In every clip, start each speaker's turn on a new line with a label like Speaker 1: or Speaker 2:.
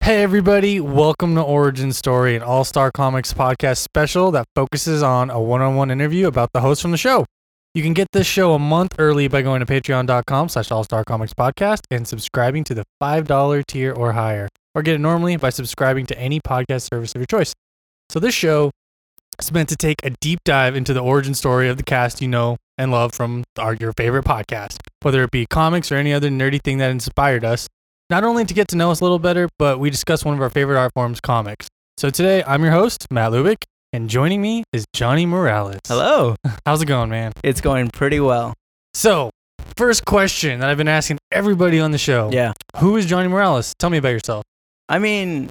Speaker 1: Hey, everybody, welcome to Origin Story, an All Star Comics podcast special that focuses on a one on one interview about the host from the show. You can get this show a month early by going to patreon.com slash all star comics podcast and subscribing to the $5 tier or higher, or get it normally by subscribing to any podcast service of your choice. So, this show is meant to take a deep dive into the origin story of the cast you know and love from our, your favorite podcast, whether it be comics or any other nerdy thing that inspired us not only to get to know us a little better, but we discuss one of our favorite art forms, comics. So today, I'm your host, Matt Lubick, and joining me is Johnny Morales.
Speaker 2: Hello.
Speaker 1: How's it going, man?
Speaker 2: It's going pretty well.
Speaker 1: So, first question that I've been asking everybody on the show
Speaker 2: Yeah.
Speaker 1: Who is Johnny Morales? Tell me about yourself.
Speaker 2: I mean,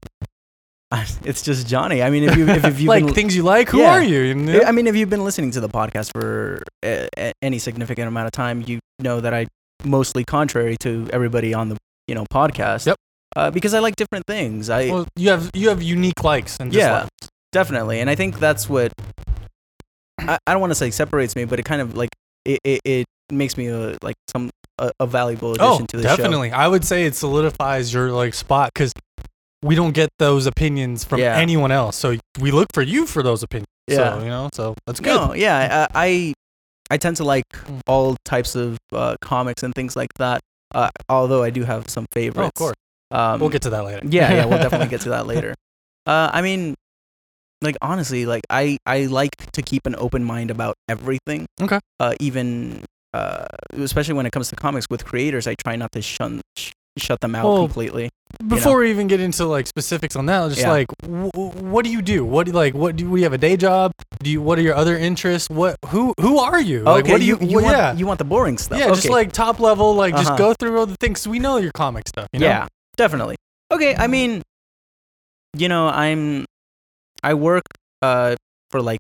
Speaker 2: it's just Johnny. I mean, if you if, if you've
Speaker 1: like
Speaker 2: been,
Speaker 1: things you like, who
Speaker 2: Yeah.
Speaker 1: are you? You know?
Speaker 2: I mean, if you've been listening to the podcast for uh, a- any significant amount of time, you know that I mostly contrary to everybody on the you know podcast.
Speaker 1: Yep.
Speaker 2: Uh, because I like different things. I
Speaker 1: Well, you have you have unique likes and
Speaker 2: Yeah.
Speaker 1: dislikes.
Speaker 2: definitely, and I think that's what I, I don't want to say separates me, but it kind of like it it, it makes me a, like some a, a valuable addition
Speaker 1: Oh,
Speaker 2: to the show.
Speaker 1: definitely. I would say it solidifies your like spot because we don't get those opinions from
Speaker 2: Yeah.
Speaker 1: anyone else. So we look for you for those opinions.
Speaker 2: Yeah.
Speaker 1: So, you know, so that's good.
Speaker 2: No, yeah, I, uh, I I tend to like all types of uh, comics and things like that. Uh, although I do have some favorites.
Speaker 1: Oh, of course.
Speaker 2: Um,
Speaker 1: we'll get to that later.
Speaker 2: yeah, yeah, we'll definitely get to that later. Uh, I mean, like honestly, like I I like to keep an open mind about everything.
Speaker 1: Okay.
Speaker 2: Uh, even uh, especially when it comes to comics with creators, I try not to shun sh- shut them out
Speaker 1: Well,
Speaker 2: completely.
Speaker 1: Before we even get into like specifics on that, just
Speaker 2: Yeah.
Speaker 1: like w- what do you do? What do- like what do, do you have a day job? Do you what are your other interests? What who who are you? Like what do you,
Speaker 2: you
Speaker 1: wh-
Speaker 2: want
Speaker 1: yeah.
Speaker 2: you want the boring stuff?
Speaker 1: yeah, just
Speaker 2: Okay.
Speaker 1: like top level, like just
Speaker 2: Uh-huh.
Speaker 1: go through all the things. 'cause we know your comic stuff, you know?
Speaker 2: Yeah, definitely. Okay, I mean, you know, I'm I work uh for like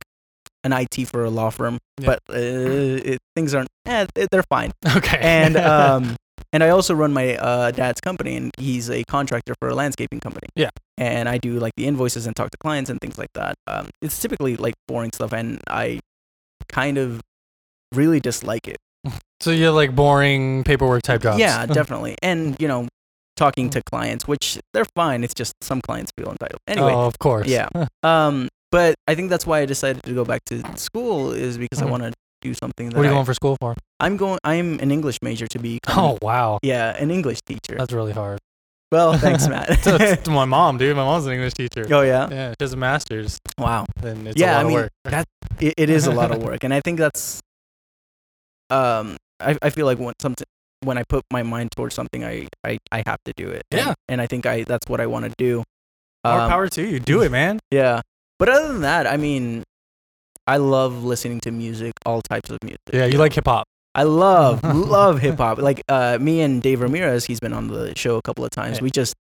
Speaker 2: an IT for a law firm,
Speaker 1: Yeah.
Speaker 2: but uh, it, things aren't eh, th- they're fine.
Speaker 1: Okay.
Speaker 2: And um and I also run my uh, dad's company, and he's a contractor for a landscaping company.
Speaker 1: Yeah.
Speaker 2: and I do like the invoices and talk to clients and things like that. Um, it's typically like boring stuff, and I kind of really dislike it.
Speaker 1: so you're like boring paperwork type jobs.
Speaker 2: Yeah, definitely. And you know, talking to clients, which they're fine. It's just some clients feel entitled. Anyway,
Speaker 1: Oh, of course.
Speaker 2: Yeah. um, but I think that's why I decided to go back to school is because
Speaker 1: Mhm.
Speaker 2: I want to do something that
Speaker 1: What are you
Speaker 2: I,
Speaker 1: going for school for?
Speaker 2: I'm going. I'm an English major to be.
Speaker 1: Oh, wow.
Speaker 2: yeah, an English teacher.
Speaker 1: That's really hard.
Speaker 2: well, thanks, Matt.
Speaker 1: So it's my mom, dude. My mom's an English teacher.
Speaker 2: oh yeah,
Speaker 1: Yeah, she has a master's,
Speaker 2: wow.
Speaker 1: and it's a
Speaker 2: Yeah,
Speaker 1: lot
Speaker 2: I mean,
Speaker 1: of work.
Speaker 2: It, it is a lot of work, and I think that's. Um, I I feel like when some when I put my mind towards something, I I, I have to do it. And-
Speaker 1: Yeah.
Speaker 2: and, I think I that's what I want to do.
Speaker 1: More
Speaker 2: Um,
Speaker 1: power to you. Do it, man.
Speaker 2: Yeah. But other than that, I mean, I love listening to music, all types of music.
Speaker 1: Yeah, you like hip hop.
Speaker 2: I love, love hip hop. Like uh, me and Dave Ramirez, he's been on the show a couple of times.
Speaker 1: Yeah.
Speaker 2: We just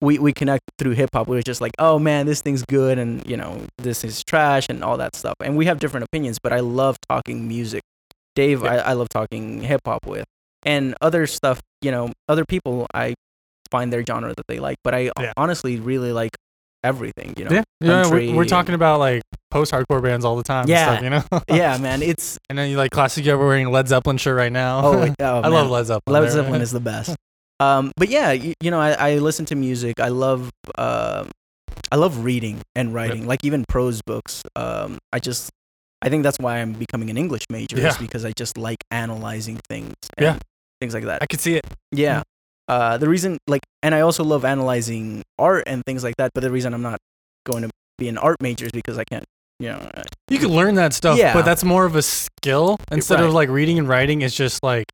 Speaker 2: we we connect through hip hop. We are just like, oh man, this thing's good, and you know, this is trash, and all that stuff. And we have different opinions, but I love talking music. Dave,
Speaker 1: Yeah.
Speaker 2: I, I love talking hip hop with, and other stuff. You know, other people, I find their genre that they like, but I
Speaker 1: Yeah.
Speaker 2: honestly really like everything. You know,
Speaker 1: Yeah, yeah we're,
Speaker 2: country
Speaker 1: we're
Speaker 2: and-
Speaker 1: talking about like post-hardcore bands all the time.
Speaker 2: Yeah.
Speaker 1: and stuff, you know.
Speaker 2: yeah, man. It's
Speaker 1: and then you like classic. You're wearing Led Zeppelin shirt right now.
Speaker 2: oh, it- oh,
Speaker 1: I love
Speaker 2: man.
Speaker 1: Led Zeppelin.
Speaker 2: Led
Speaker 1: They're-
Speaker 2: Zeppelin is the best. Um, but yeah, you, you know, I, I listen to music. I love uh, I love reading and writing, like even prose books. Um, I just I think that's why I'm becoming an English major is
Speaker 1: Yeah.
Speaker 2: because I just like analyzing things. And
Speaker 1: Yeah.
Speaker 2: things like that.
Speaker 1: I mm. could see it.
Speaker 2: Yeah. Uh, the reason, like, and I also love analyzing art and things like that. But the reason I'm not going to be an art major is because I can't, you know, uh,
Speaker 1: You could learn that stuff,
Speaker 2: Yeah.
Speaker 1: but that's more of a skill instead of like
Speaker 2: Right.
Speaker 1: reading and writing. It's just like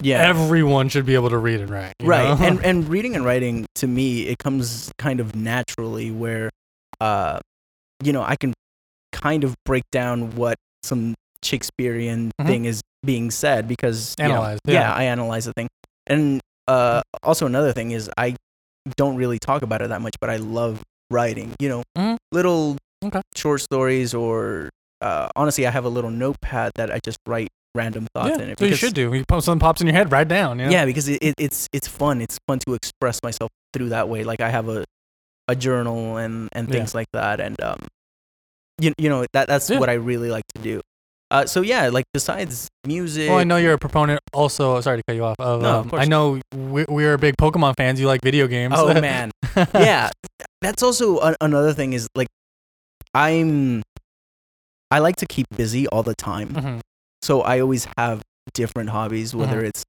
Speaker 2: yeah.
Speaker 1: everyone should be able to read and write. you
Speaker 2: right
Speaker 1: know?
Speaker 2: and and reading and writing to me it comes kind of naturally where uh you know i can kind of break down what some shakespearean
Speaker 1: Mhm.
Speaker 2: thing is being said because you know,
Speaker 1: Analyze,
Speaker 2: yeah.
Speaker 1: yeah.
Speaker 2: i analyze the thing and uh also another thing is i don't really talk about it that much but i love writing you know
Speaker 1: Mhm.
Speaker 2: little
Speaker 1: Okay.
Speaker 2: short stories or uh, honestly i have a little notepad that i just write random thoughts in
Speaker 1: yeah,
Speaker 2: it
Speaker 1: so you
Speaker 2: because-
Speaker 1: should do. You pop, something pops in your head, write down. You know?
Speaker 2: yeah, because it, it, it's it's fun. It's fun to express myself through that way. Like I have a a journal and and
Speaker 1: Yeah.
Speaker 2: things like that, and um, you you know that that's
Speaker 1: Yeah.
Speaker 2: what I really like to do. Uh, so yeah, like besides music,
Speaker 1: Well, Oh, I know you're a proponent. Also, sorry to cut you off. Of,
Speaker 2: No, of
Speaker 1: um,
Speaker 2: course.
Speaker 1: I know we, we are big Pokemon fans. You like video games.
Speaker 2: oh man, yeah, that's also a- another thing is like I'm I like to keep busy all the time.
Speaker 1: Mhm.
Speaker 2: so I always have different hobbies, whether it's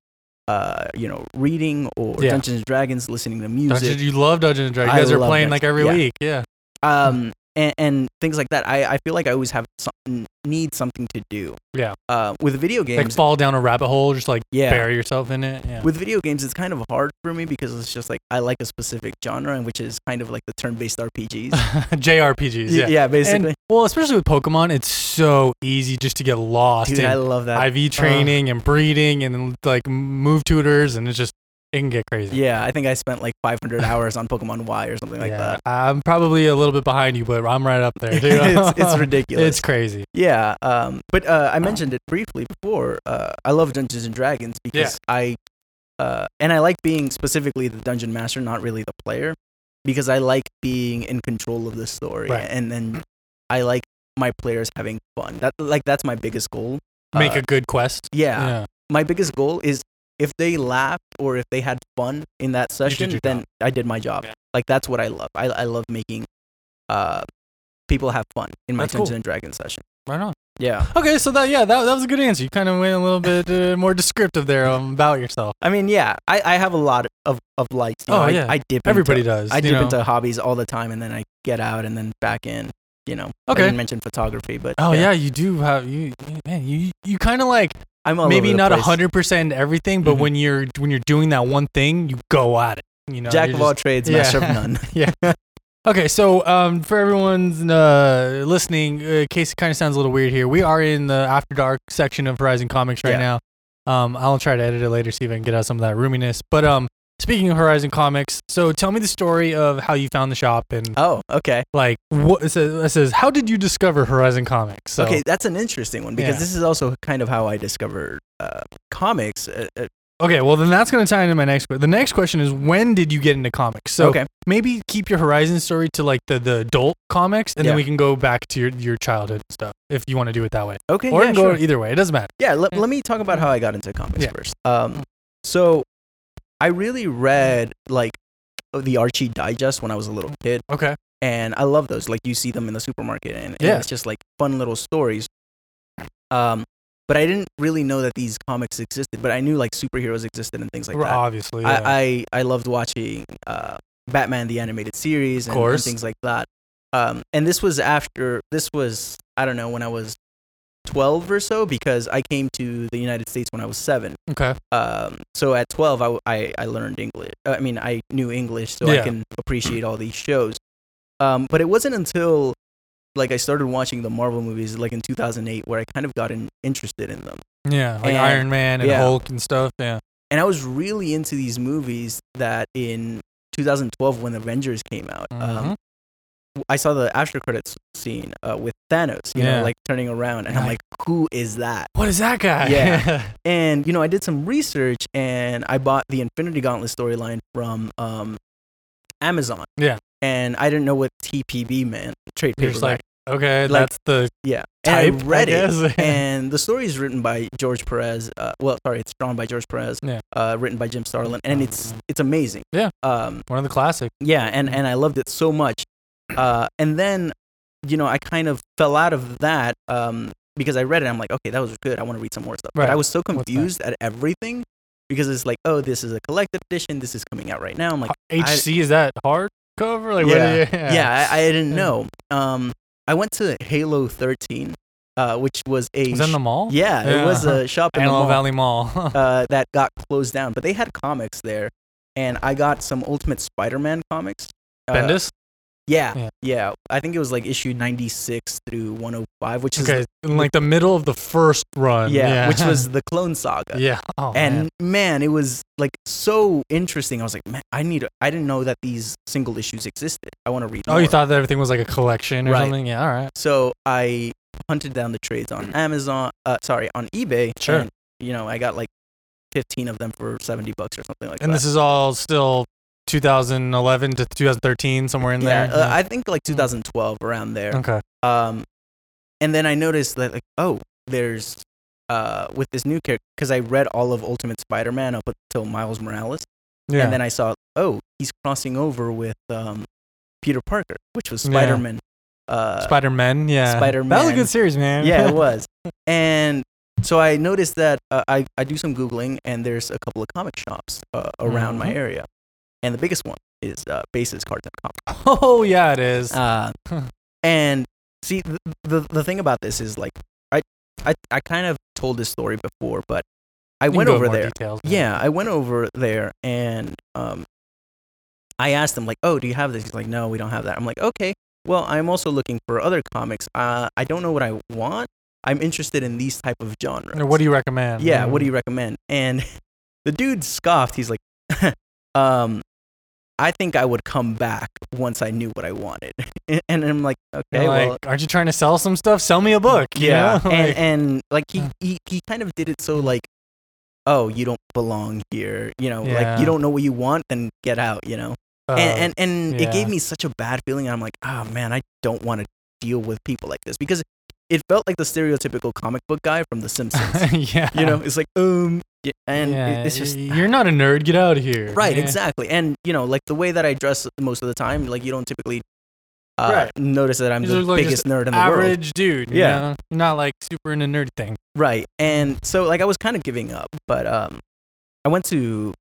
Speaker 2: uh, you know reading or
Speaker 1: Mm-hmm. Yeah.
Speaker 2: Dungeons and Dragons, listening to
Speaker 1: Dungeon,
Speaker 2: music,
Speaker 1: you love Dungeon and Dragons.
Speaker 2: I
Speaker 1: You guys are
Speaker 2: love
Speaker 1: playing like every
Speaker 2: Dungeon- yeah.
Speaker 1: week. Yeah.
Speaker 2: um, and, and things like that. I, I feel like I always have some, need something to do.
Speaker 1: Yeah.
Speaker 2: Uh, with video
Speaker 1: Like
Speaker 2: games,
Speaker 1: fall down a rabbit hole, just like
Speaker 2: yeah.
Speaker 1: bury yourself in it. Yeah.
Speaker 2: With video games, it's kind of hard for me because it's just like I like a specific genre, and which is kind of like the turn-based RPGs.
Speaker 1: JRPGs. Yeah.
Speaker 2: basically.
Speaker 1: And, well, especially with Pokemon, it's so easy just to get lost in
Speaker 2: Dude, I love that. Uh-huh.
Speaker 1: IV training and breeding and like move tutors, and it's just it can get crazy.
Speaker 2: yeah, I think I spent like 500 hours on Pokemon Y or something like that.
Speaker 1: I'm probably a little bit behind you, but I'm right up there, dude.
Speaker 2: it's, it's ridiculous.
Speaker 1: It's crazy.
Speaker 2: Yeah, um, but uh,
Speaker 1: Uh-huh.
Speaker 2: I mentioned it briefly before. Uh, I love Dungeons and Dragons because I, uh, and I like being specifically the dungeon master, not really the player, because I like being in control of the story,
Speaker 1: Right.
Speaker 2: and then I like my players having fun. That like that's my biggest goal.
Speaker 1: Make
Speaker 2: Uh,
Speaker 1: a good quest.
Speaker 2: Yeah,
Speaker 1: Yeah.
Speaker 2: my biggest goal is if they laughed or if they had fun in that session,
Speaker 1: your
Speaker 2: then
Speaker 1: job.
Speaker 2: I did my job.
Speaker 1: Yeah.
Speaker 2: Like that's what I love. I I love making, uh, people have fun in my
Speaker 1: That's cool.
Speaker 2: Dungeons and Dragons session.
Speaker 1: Right on.
Speaker 2: Yeah.
Speaker 1: Okay, so that yeah, that, that was a good answer. You kind of went a little bit uh, more descriptive there um, about yourself.
Speaker 2: I mean, yeah, I, I have a lot of of likes. you
Speaker 1: Oh,
Speaker 2: know, I-
Speaker 1: yeah.
Speaker 2: I, dip.
Speaker 1: Everybody
Speaker 2: into,
Speaker 1: does.
Speaker 2: I
Speaker 1: you
Speaker 2: dip
Speaker 1: know?
Speaker 2: into hobbies all the time, and then I get out and then back in. You know, I
Speaker 1: Okay.
Speaker 2: didn't mention photography, but
Speaker 1: Oh yeah. you do have you man you you kind of like
Speaker 2: I'm all
Speaker 1: maybe
Speaker 2: over the
Speaker 1: not a
Speaker 2: place.
Speaker 1: hundred percent everything, but
Speaker 2: Mhm.
Speaker 1: when you're when you're doing that one thing, you go at it. You know,
Speaker 2: Jack
Speaker 1: you're
Speaker 2: of all
Speaker 1: just-
Speaker 2: trades,
Speaker 1: yeah.
Speaker 2: master of none.
Speaker 1: Okay, so um, for everyone's uh, listening, uh, case it kind of sounds a little weird here. We are in the After Dark section of Horizon Comics right
Speaker 2: Yeah.
Speaker 1: now. Um, I'll try to edit it later, see if I can get out some of that roominess. But um, speaking of Horizon Comics, so tell me the story of how you found the shop and
Speaker 2: Oh, okay,
Speaker 1: like what it says. It says how did you discover Horizon Comics? So,
Speaker 2: okay, that's an interesting one because
Speaker 1: Yeah.
Speaker 2: this is also kind of how I discovered uh, comics. Uh, uh,
Speaker 1: okay, well then that's gonna tie into my next. que- The next question is when did you get into comics? So
Speaker 2: okay,
Speaker 1: maybe keep your Horizon story to like the the adult comics, and then
Speaker 2: Yeah.
Speaker 1: we can go back to your your childhood stuff if you want to do it that way.
Speaker 2: okay,
Speaker 1: Or
Speaker 2: yeah,
Speaker 1: go
Speaker 2: sure.
Speaker 1: either way. It doesn't matter.
Speaker 2: yeah let, let me talk about how i got into comics
Speaker 1: Yeah. Mm.
Speaker 2: first um, so i really read like the archie digest when i was a little kid
Speaker 1: Okay.
Speaker 2: and i love those like you see them in the supermarket and, and
Speaker 1: Yeah.
Speaker 2: it's just like fun little stories um, but i didn't really know that these comics existed but i knew like superheroes existed and things like
Speaker 1: Well,
Speaker 2: that
Speaker 1: Obviously. yeah.
Speaker 2: I, I I loved watching uh, Batman the animated series and, and
Speaker 1: course.
Speaker 2: things like that. Um, and this was after this was I don't know when I was twelve or so because I came to the United States when I was seven.
Speaker 1: okay.
Speaker 2: Um, so at twelve I, w- I- I learned English. uh, I mean I knew English so
Speaker 1: Yeah.
Speaker 2: I can appreciate all these shows. Um, but it wasn't until like I started watching the Marvel movies like in 2008 where I kind of got in, interested in them.
Speaker 1: Yeah. Like
Speaker 2: and-
Speaker 1: Iron Man and
Speaker 2: yeah.
Speaker 1: Hulk and stuff. Yeah.
Speaker 2: and I was really into these movies that in 2012 when Avengers came out, um,
Speaker 1: Mhm.
Speaker 2: I saw the after credits scene uh, with Thanos, you
Speaker 1: Yeah.
Speaker 2: know, like turning around, and I'm
Speaker 1: Right.
Speaker 2: like, who is that?
Speaker 1: What is that guy?
Speaker 2: yeah. And you know, I did some research and I bought the Infinity Gauntlet storyline from um, Amazon.
Speaker 1: Yeah.
Speaker 2: and I didn't know what TPB meant, trade
Speaker 1: You're just
Speaker 2: paperback.
Speaker 1: like, okay,
Speaker 2: Like,
Speaker 1: that's the
Speaker 2: yeah,
Speaker 1: type.
Speaker 2: and I read it
Speaker 1: guess.
Speaker 2: and the story is written by George Perez. Uh, well, sorry, it's drawn by George Perez.
Speaker 1: Yeah.
Speaker 2: Uh, written by Jim Starlin, and it's it's amazing.
Speaker 1: Yeah.
Speaker 2: Um.
Speaker 1: One of the classic.
Speaker 2: Yeah. And and I loved it so much. Uh. And then, you know, I kind of fell out of that. Um. Because I read it, I'm like, okay, that was good. I want to read some more stuff.
Speaker 1: Right.
Speaker 2: But I was so
Speaker 1: that?
Speaker 2: confused at everything because it's like, oh, this is a collected edition. This is coming out right now. I'm like,
Speaker 1: HC is that hardcover? Like, what
Speaker 2: Yeah.
Speaker 1: do you- yeah.
Speaker 2: yeah, I, I didn't
Speaker 1: Yeah.
Speaker 2: know. Um. I went to Halo 13, uh, which was a
Speaker 1: Was that in
Speaker 2: sh-
Speaker 1: the mall?
Speaker 2: yeah,
Speaker 1: Yeah.
Speaker 2: it was a shop in the
Speaker 1: Antelope
Speaker 2: mall.
Speaker 1: Valley Mall.
Speaker 2: uh, that got closed down, but they had comics there, and I got some Ultimate Spider-Man comics. Uh,
Speaker 1: Bendis.
Speaker 2: Yeah,
Speaker 1: Yeah.
Speaker 2: yeah, I think it was like issue 96 through 105, which is
Speaker 1: Okay, in like the middle of the first run.
Speaker 2: yeah,
Speaker 1: Yeah,
Speaker 2: which was the Clone Saga.
Speaker 1: yeah. Oh, man.
Speaker 2: And man, it was like so interesting. I was like, man, I need. To, I didn't know that these single issues existed. I want to read.
Speaker 1: oh, you
Speaker 2: more."
Speaker 1: thought that everything was like a collection or
Speaker 2: Right.
Speaker 1: something? Yeah. All right.
Speaker 2: So I hunted down the trades on Amazon. Uh, sorry, on eBay.
Speaker 1: Hmm. Sure.
Speaker 2: and, you know, I got like 15 of them for 70 bucks or something like that.
Speaker 1: And this is all still 2011 to 2013, somewhere in
Speaker 2: yeah,
Speaker 1: there. Hmm.
Speaker 2: Uh, I think like 2012 around there.
Speaker 1: okay.
Speaker 2: Um, and then I noticed that like, oh, there's uh with this new character because I read all of Ultimate Spider-Man up until Miles Morales,
Speaker 1: Yeah.
Speaker 2: and then I saw oh he's crossing over with um Peter Parker, which was
Speaker 1: Yeah.
Speaker 2: Spider-Man. Uh,
Speaker 1: Spider Man. Yeah. That was a
Speaker 2: Spider-Man.
Speaker 1: good series, man.
Speaker 2: yeah, it was. And so I noticed that uh, I, I do some Googling, and there's a couple of comic shops uh, around my
Speaker 1: Mhm.
Speaker 2: area. And the biggest one is uh, Basis Cards and Comics.
Speaker 1: oh yeah, it is.
Speaker 2: Uh, and see, the, the, the thing about this is like, I, I, I kind of told this story before, but I
Speaker 1: You can
Speaker 2: went
Speaker 1: go
Speaker 2: over
Speaker 1: into more
Speaker 2: there.
Speaker 1: Details, man.
Speaker 2: Yeah, I went over there and um, I asked him like, "Oh, do you have this?" He's like, "No, we don't have that." I'm like, "Okay, well, I'm also looking for other comics. Uh, I don't know what I want. I'm interested in these type of genres.
Speaker 1: Or what do you recommend? Mm.
Speaker 2: yeah, what do you recommend?" And the dude scoffed. He's like, um, "I think I would come back once I knew what I wanted." and I'm like, "Okay,
Speaker 1: You're like,
Speaker 2: well."
Speaker 1: aren't you trying to sell some stuff? Sell me a book. you
Speaker 2: Yeah,
Speaker 1: know?
Speaker 2: and
Speaker 1: Like,
Speaker 2: and like he, he he kind of did it so like, oh, you don't belong here, you know, like
Speaker 1: Yeah.
Speaker 2: you don't know what you want, then get out, you know.
Speaker 1: uh,
Speaker 2: and and, and it
Speaker 1: yeah.
Speaker 2: gave me such a bad feeling. I'm like, oh man, I don't want to deal with people like this because it felt like the stereotypical comic book guy from The Simpsons.
Speaker 1: uh, yeah.
Speaker 2: you know, it's like um, yeah, and it-
Speaker 1: Yeah,
Speaker 2: it's
Speaker 1: y-
Speaker 2: just
Speaker 1: you're not a nerd. Get out of here.
Speaker 2: right,
Speaker 1: Yeah.
Speaker 2: exactly. And you know, like the way that I dress most of the time, like you don't typically. Uh,
Speaker 1: Right.
Speaker 2: Notice that I'm
Speaker 1: You
Speaker 2: the
Speaker 1: look like just
Speaker 2: biggest nerd in the world.
Speaker 1: Average dude. you
Speaker 2: Yeah.
Speaker 1: know? You're not like super into nerd thing.
Speaker 2: Right. And so like I was kind of giving up, but um I went to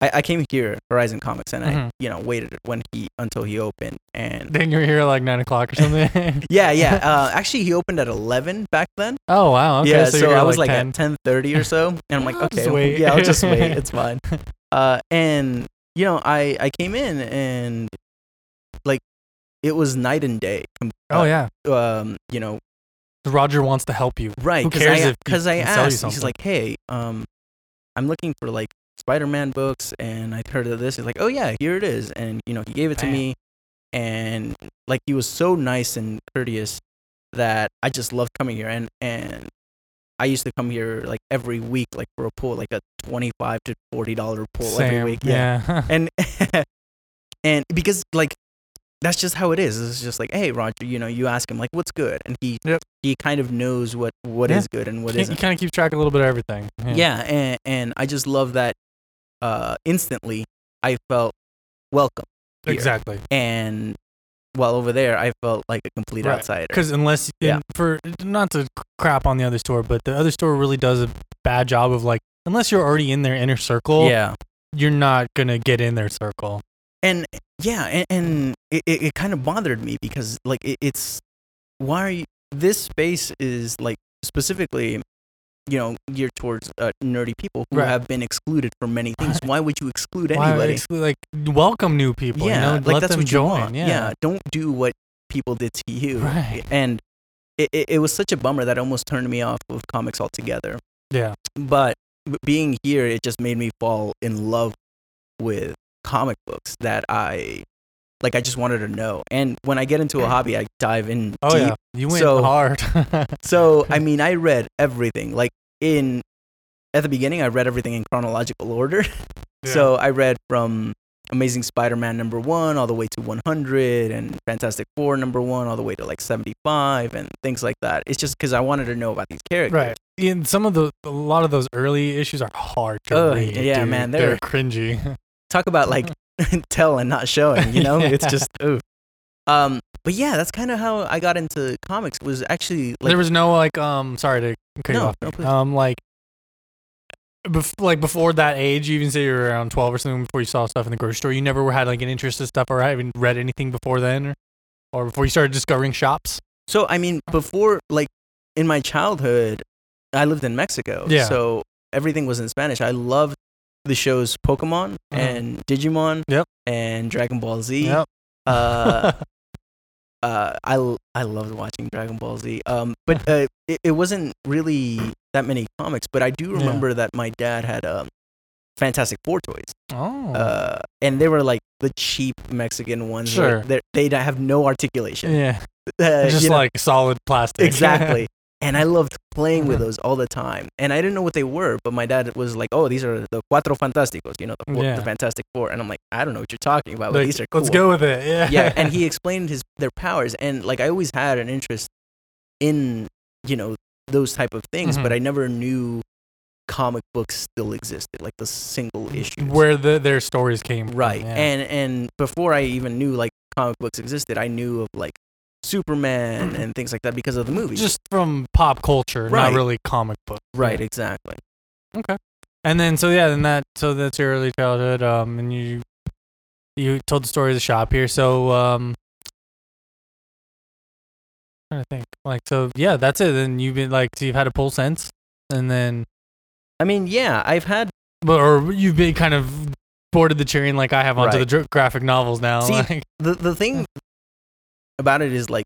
Speaker 2: I, I came here, Horizon Comics, and I,
Speaker 1: Mhm.
Speaker 2: you know, waited when he until he opened and
Speaker 1: Then you're here like nine o'clock or something.
Speaker 2: yeah, yeah. Uh, actually, he opened at eleven back then.
Speaker 1: oh wow. Okay.
Speaker 2: yeah,
Speaker 1: so,
Speaker 2: so,
Speaker 1: you're here
Speaker 2: I was like,
Speaker 1: ten. Oh,
Speaker 2: at ten thirty or so, and I'm like,
Speaker 1: I'll just
Speaker 2: okay,
Speaker 1: wait.
Speaker 2: yeah, I'll just wait. It's fine. Uh, and you know, I I came in and like it was night and day. com-
Speaker 1: oh yeah.
Speaker 2: Um, you know,
Speaker 1: Roger wants to help you.
Speaker 2: Right.
Speaker 1: Who
Speaker 2: Because
Speaker 1: cares
Speaker 2: I,
Speaker 1: if he
Speaker 2: cause I
Speaker 1: can sell you
Speaker 2: asked,
Speaker 1: something?
Speaker 2: he's like, hey, um, I'm looking for like Spider-Man books, and I heard of this. He's like, oh yeah, here it is, and you know, he gave it to
Speaker 1: Bam.
Speaker 2: me, and like he was so nice and courteous that I just loved coming here, and and I used to come here like every week, like for a pull, like a twenty-five to forty dollar pull
Speaker 1: Same.
Speaker 2: every week.
Speaker 1: yeah.
Speaker 2: And and because like that's just how it is. It's just like, hey, Roger, you know, you ask him like, what's good, and he
Speaker 1: Yep.
Speaker 2: he kind of knows what what is
Speaker 1: Yeah.
Speaker 2: good and what
Speaker 1: He- he
Speaker 2: isn't.
Speaker 1: kind of keeps track of a little bit of everything.
Speaker 2: Yeah, and and I just love that. Uh, instantly, I felt welcome, here.
Speaker 1: Exactly.
Speaker 2: and while over there, I felt like a complete
Speaker 1: Right.
Speaker 2: outsider.
Speaker 1: Because unless
Speaker 2: Yeah.
Speaker 1: and for not to crap on the other store, but the other store really does a bad job of like unless you're already in their inner circle,
Speaker 2: yeah,
Speaker 1: you're not gonna get in their circle.
Speaker 2: and yeah, and, and it, it, it kind of bothered me because like it, it's why are you this space is like specifically you know geared towards uh, nerdy people who
Speaker 1: Right.
Speaker 2: have been excluded from many things why would you exclude
Speaker 1: Why
Speaker 2: anybody
Speaker 1: exclu- like welcome new people.
Speaker 2: yeah
Speaker 1: you know?
Speaker 2: like
Speaker 1: let
Speaker 2: that's
Speaker 1: them
Speaker 2: what you
Speaker 1: join.
Speaker 2: want
Speaker 1: Yeah.
Speaker 2: don't do what people did to you
Speaker 1: Right.
Speaker 2: and it, it, it was such a bummer that it almost turned me off of comics altogether
Speaker 1: Yeah.
Speaker 2: but b- being here it just made me fall in love with comic books that i like i just wanted to know and when i get into a hobby i dive in
Speaker 1: Oh
Speaker 2: deep
Speaker 1: yeah. You went
Speaker 2: So-
Speaker 1: hard.
Speaker 2: so I mean, I read everything. Like in at the beginning, I read everything in chronological order. So I read from Amazing Spider-Man number one all the way to 100, and Fantastic Four number one all the way to like 75, and things like that. It's just because I wanted to know about these characters.
Speaker 1: Right. And some of the a lot of those early issues are hard to
Speaker 2: Ugh,
Speaker 1: read.
Speaker 2: yeah,
Speaker 1: dude.
Speaker 2: man,
Speaker 1: they're
Speaker 2: they're-
Speaker 1: cringy.
Speaker 2: Talk about like tell and not showing. You know, it's
Speaker 1: Mm-hmm. Yeah.
Speaker 2: just ooh. Um, but yeah, that's kind of how I got into comics. Was actually like
Speaker 1: there was no like um sorry to cut you
Speaker 2: No,
Speaker 1: off.
Speaker 2: no, please.
Speaker 1: um like bef- like before that age, you even say you were around twelve or something before you saw stuff in the grocery store. You never had like an interest in stuff or even read anything before then, or, or before you started discovering shops.
Speaker 2: So I mean, before like in my childhood, I lived in Mexico.
Speaker 1: Yeah.
Speaker 2: So everything was in Spanish. I loved the shows Pokemon and Digimon.
Speaker 1: Mm-hmm. Yep.
Speaker 2: And Dragon Ball Z.
Speaker 1: Yep.
Speaker 2: Uh, uh, I l- I loved watching Dragon Ball Z. Um, but uh, it, it wasn't really that many comics. But I do
Speaker 1: Yeah.
Speaker 2: remember that my dad had um, Fantastic Four toys.
Speaker 1: oh,
Speaker 2: Uh, and they were like the cheap Mexican ones.
Speaker 1: Sure.
Speaker 2: They they have no articulation.
Speaker 1: yeah,
Speaker 2: Uh,
Speaker 1: just
Speaker 2: you know,
Speaker 1: like solid plastic.
Speaker 2: Exactly. and I loved playing with
Speaker 1: Mhm.
Speaker 2: those all the time. And I didn't know what they were, but my dad was like, "Oh, these are the Cuatro Fantásticos," you know, the, four,
Speaker 1: Yeah.
Speaker 2: the Fantastic Four. And I'm like, "I don't know what you're talking about, but
Speaker 1: Like,
Speaker 2: Oh, these are cool."
Speaker 1: Let's go with it. Yeah.
Speaker 2: yeah, and he explained his their powers, and like I always had an interest in you know those type of things, but
Speaker 1: Mhm.
Speaker 2: I never knew comic books still existed, like the single issues.
Speaker 1: Mm, where the, their stories came from,
Speaker 2: right.
Speaker 1: yeah.
Speaker 2: And and before I even knew like comic books existed, I knew of like
Speaker 1: Mm-hmm.
Speaker 2: Superman and things like that because of the movies.
Speaker 1: just from pop culture,
Speaker 2: Right.
Speaker 1: not really comic book.
Speaker 2: right, exactly.
Speaker 1: And then so yeah, then that so that's your early childhood. Um, and you you told the story of the shop here. So um, trying to think like so yeah, that's it. Then you've been like so you've had a pull since, and then
Speaker 2: I mean, yeah, I've had
Speaker 1: but or you've been kind of boarded the cheering like I have onto
Speaker 2: Right.
Speaker 1: the dra- graphic novels now.
Speaker 2: See,
Speaker 1: like,
Speaker 2: the the thing about it is like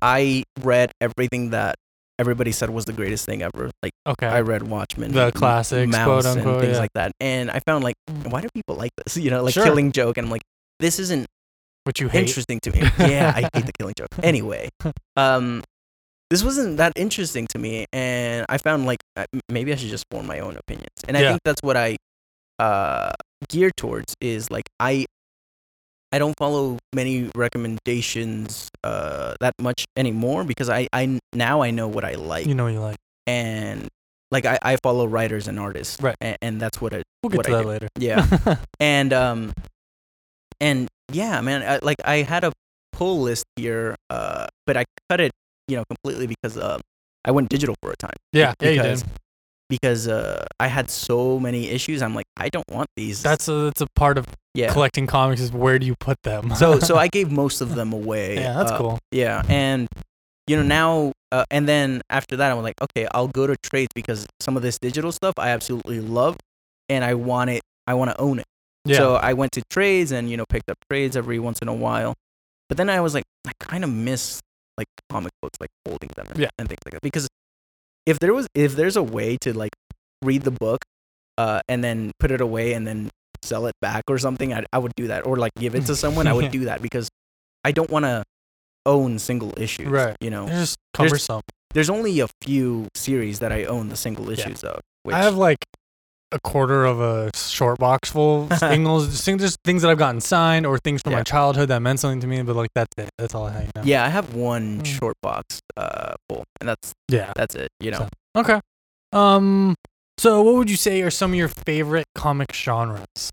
Speaker 2: I read everything that everybody said was the greatest thing ever. Like
Speaker 1: okay,
Speaker 2: I read Watchmen,
Speaker 1: The
Speaker 2: M-
Speaker 1: classics,
Speaker 2: Mouse,
Speaker 1: quote-unquote,
Speaker 2: and things
Speaker 1: yeah.
Speaker 2: like that. And I found like, "Hmm, why do people like this? You know, like
Speaker 1: Sure.
Speaker 2: Killing Joke, and I'm like, this isn't
Speaker 1: what you hate.
Speaker 2: interesting to me. yeah, I hate the Killing Joke. Anyway, um, this wasn't that interesting to me, and I found like I- maybe I should just form my own opinions. And I
Speaker 1: Yeah.
Speaker 2: think that's what I uh gear towards is like I I don't follow many recommendations uh that much anymore because I I now I know what I like
Speaker 1: You know what you like.
Speaker 2: and like I, I follow writers and artists
Speaker 1: Right.
Speaker 2: a- and, that's what it
Speaker 1: We'll get
Speaker 2: What
Speaker 1: to
Speaker 2: I
Speaker 1: that
Speaker 2: do.
Speaker 1: later.
Speaker 2: yeah and um and yeah man I, like i had a pull list here uh but i cut it you know completely because uh, i went digital for a time
Speaker 1: yeah, yeah, you
Speaker 2: because-
Speaker 1: did.
Speaker 2: because uh i had so many issues i'm like i don't want these
Speaker 1: That's a that's a part of
Speaker 2: yeah Oh,
Speaker 1: collecting comics is where do you put them?
Speaker 2: so so i gave most of them away
Speaker 1: yeah, that's
Speaker 2: uh,
Speaker 1: cool.
Speaker 2: yeah and you know now uh, and then after that i'm like okay i'll go to trades because some of this digital stuff i absolutely love and i want it i want to own it
Speaker 1: Yeah,
Speaker 2: So um, I went to trades and you know picked up trades every once in a while. But then I was like, I kind of miss like comic books, like holding them and,
Speaker 1: Yeah.
Speaker 2: and things like that. Because if there was if there's a way to like read the book uh, and then put it away and then sell it back or something, I, I would do that. Or like give it to someone, I
Speaker 1: Yeah.
Speaker 2: would do that because I don't want to own single issues.
Speaker 1: Right.
Speaker 2: You know,
Speaker 1: they're just cumbersome.
Speaker 2: there's only a few series that I own the single
Speaker 1: Yeah.
Speaker 2: issues of. Which,
Speaker 1: I have like a quarter of a short box full of singles, thing- just things that I've gotten signed or things from my
Speaker 2: Yeah.
Speaker 1: childhood that meant something to me. But like that's it. That's all I hang out.
Speaker 2: yeah, I have one
Speaker 1: Mm.
Speaker 2: short box uh, full, and that's
Speaker 1: Yeah.
Speaker 2: that's it. You know,
Speaker 1: So- Okay. Um. So, what would you say are some of your favorite comic genres?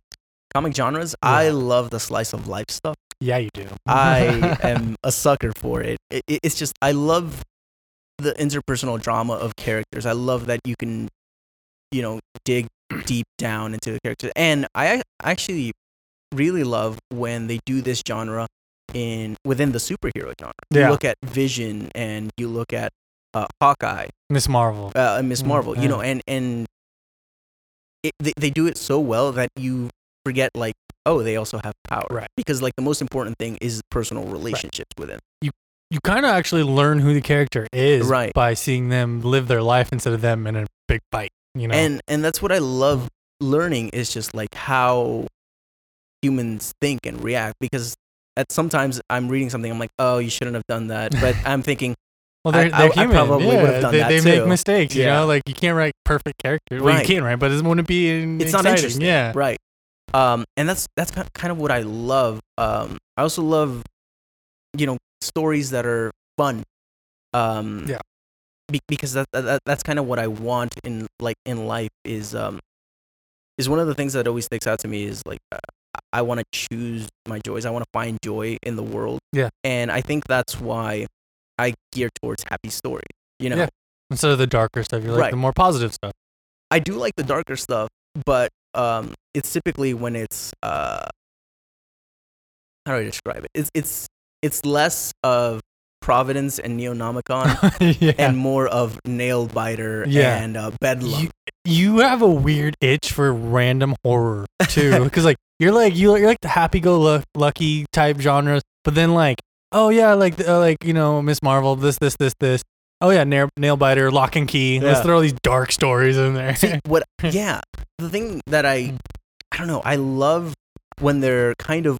Speaker 2: comic genres.
Speaker 1: Yeah.
Speaker 2: I love the slice of life stuff.
Speaker 1: Yeah, you do.
Speaker 2: I am a sucker for it. It, it. It's just I love the interpersonal drama of characters. I love that you can, you know, dig deep down into the character. And I ac- actually really love when they do this genre in within the superhero genre. You
Speaker 1: Yeah.
Speaker 2: look at Vision and you look at uh, Hawkeye
Speaker 1: Miss Marvel.
Speaker 2: uh, and Miss
Speaker 1: Mm,
Speaker 2: Marvel,
Speaker 1: yeah.
Speaker 2: you know, and and it, they, they do it so well that you forget like, oh, they also have power,
Speaker 1: Right.
Speaker 2: Because like the most important thing is personal relationships with within.
Speaker 1: You kind of actually learn who the character is
Speaker 2: Right.
Speaker 1: by seeing them live their life instead of them in a big fight. You know.
Speaker 2: And and that's what I love
Speaker 1: Mm.
Speaker 2: learning is just like how humans think and react because at sometimes I'm reading something I'm like, oh, you shouldn't have done that, but I'm thinking
Speaker 1: well, they're,
Speaker 2: I-
Speaker 1: they're
Speaker 2: I- I
Speaker 1: human.
Speaker 2: probably
Speaker 1: yeah,
Speaker 2: would've done
Speaker 1: they,
Speaker 2: that
Speaker 1: they make
Speaker 2: too.
Speaker 1: mistakes. You
Speaker 2: Yeah.
Speaker 1: know, like you can't write perfect characters. Well,
Speaker 2: Right.
Speaker 1: you can, right? But it wouldn't be.
Speaker 2: It's not
Speaker 1: exciting.
Speaker 2: interesting.
Speaker 1: Yeah.
Speaker 2: right um and that's that's ki- kind of what i love um i also love you know stories that are fun um
Speaker 1: Yeah.
Speaker 2: be- because that, that that- that's kind of what i want in like in life is um is one of the things that always sticks out to me is like uh, i want to choose my joys i want to find joy in the world
Speaker 1: Yeah.
Speaker 2: and i think that's why i gear towards happy stories you know
Speaker 1: Yeah. instead of the darker stuff. You like
Speaker 2: Right.
Speaker 1: the more positive stuff.
Speaker 2: I do like the darker stuff, but um, it's typically when it's uh, how do I describe it? It's it's it's less of Providence and Neonomicon
Speaker 1: yeah.
Speaker 2: and more of Nail Biter
Speaker 1: Yeah.
Speaker 2: and uh, Bedlam.
Speaker 1: you, you have a weird itch for random horror too, because like you're like you you're like the happy-go-lucky type genres, but then like oh yeah, like the- uh, like you know Miss Marvel, this this this this. Oh yeah, nail, nail biter, lock and key. Let's
Speaker 2: Yeah.
Speaker 1: throw these dark stories in there.
Speaker 2: See, what?
Speaker 1: hmm.
Speaker 2: Yeah, the thing that I I don't know. I love when they're kind of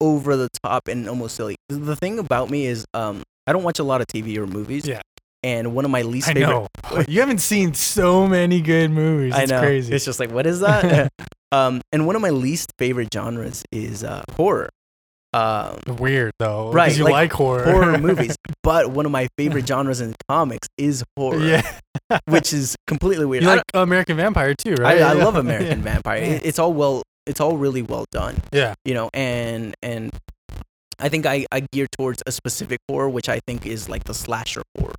Speaker 2: over the top and almost silly. The- The thing about me is um, I don't watch a lot of TV or movies.
Speaker 1: Yeah.
Speaker 2: And one of my least
Speaker 1: I
Speaker 2: favorite
Speaker 1: know you haven't seen so many good movies. It's
Speaker 2: I know.
Speaker 1: crazy.
Speaker 2: It's just like, what is that? um, and one of my least favorite genres is uh, horror. Um,
Speaker 1: weird though, 'cause
Speaker 2: Right,
Speaker 1: You like,
Speaker 2: like,
Speaker 1: horror,
Speaker 2: horror movies. But one of my favorite genres in comics is horror.
Speaker 1: yeah,
Speaker 2: which is completely weird.
Speaker 1: You
Speaker 2: I
Speaker 1: like American Vampire too,
Speaker 2: I,
Speaker 1: right?
Speaker 2: I
Speaker 1: Yeah.
Speaker 2: love American
Speaker 1: Yeah.
Speaker 2: Vampire. It- it's all well. It's all really well done.
Speaker 1: Yeah.
Speaker 2: You know, and and I think I I gear towards a specific horror, which I think is like the slasher horror.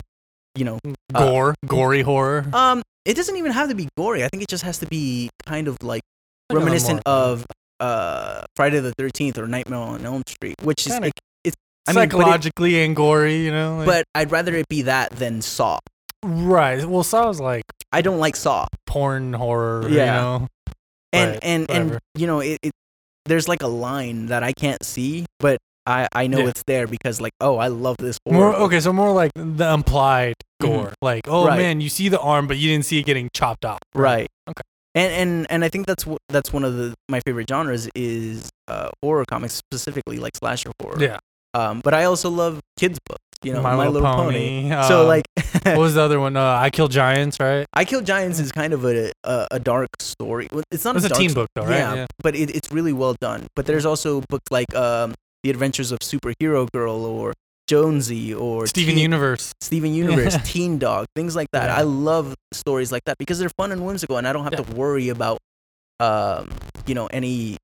Speaker 2: You know, Uh,
Speaker 1: Gore, gory horror.
Speaker 2: um, it doesn't even have to be gory. I think it just has to be kind of like
Speaker 1: Like on the
Speaker 2: reminiscent
Speaker 1: more-
Speaker 2: of uh Friday the Thirteenth or Nightmare on Elm Street, which is
Speaker 1: Kinda
Speaker 2: it, it's I mean, but, it-
Speaker 1: psychologically and gory, you know. like-
Speaker 2: but I'd rather it be that than Saw.
Speaker 1: right, well, Saw was like
Speaker 2: I don't like Saw.
Speaker 1: porn horror, you
Speaker 2: Yeah.
Speaker 1: know.
Speaker 2: and
Speaker 1: Right,
Speaker 2: and
Speaker 1: whatever.
Speaker 2: and you know it, it there's like a line that i can't see but i i know
Speaker 1: Yeah.
Speaker 2: it's there because like oh i love this horror. Mm-hmm.
Speaker 1: More okay, so more like the implied gore, like oh
Speaker 2: Right.
Speaker 1: man, you see the arm, but you didn't see it getting chopped off.
Speaker 2: right
Speaker 1: Okay.
Speaker 2: and and and i think that's wh- that's one of the my favorite genres is uh horror comics specifically like slasher horror
Speaker 1: Yeah.
Speaker 2: um but i also love kids books you know my, little, pony,
Speaker 1: uh,
Speaker 2: so like
Speaker 1: what was the other one? Uh, I Kill Giants, right?
Speaker 2: i kill giants is kind of a a, a dark story Well, it's not
Speaker 1: That's
Speaker 2: a,
Speaker 1: a
Speaker 2: dark
Speaker 1: teen
Speaker 2: story,
Speaker 1: book, though, right?
Speaker 2: Yeah, but it, it's really well done. But there's also books like um, The Adventures of Superhero Girl or Jonesy or
Speaker 1: Steven
Speaker 2: Teen,
Speaker 1: Universe.
Speaker 2: Steven Universe, Teen Dog, things like that.
Speaker 1: Yeah.
Speaker 2: I love stories like that because they're fun and whimsical, and I don't have to worry about um, you know any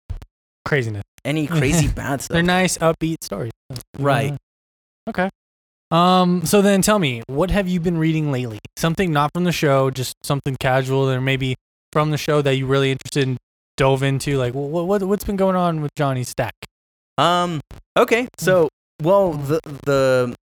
Speaker 1: Craziness.
Speaker 2: any crazy bad
Speaker 1: They're
Speaker 2: stuff.
Speaker 1: nice, upbeat stories. Mm.
Speaker 2: Right.
Speaker 1: Okay. Um. So then, tell me, what have you been reading lately? Something not from the show, just something casual, or maybe from the show that you really interested in dove into. Like, what what what's been going on with Johnny Stack?
Speaker 2: Um. Okay. So, well, the the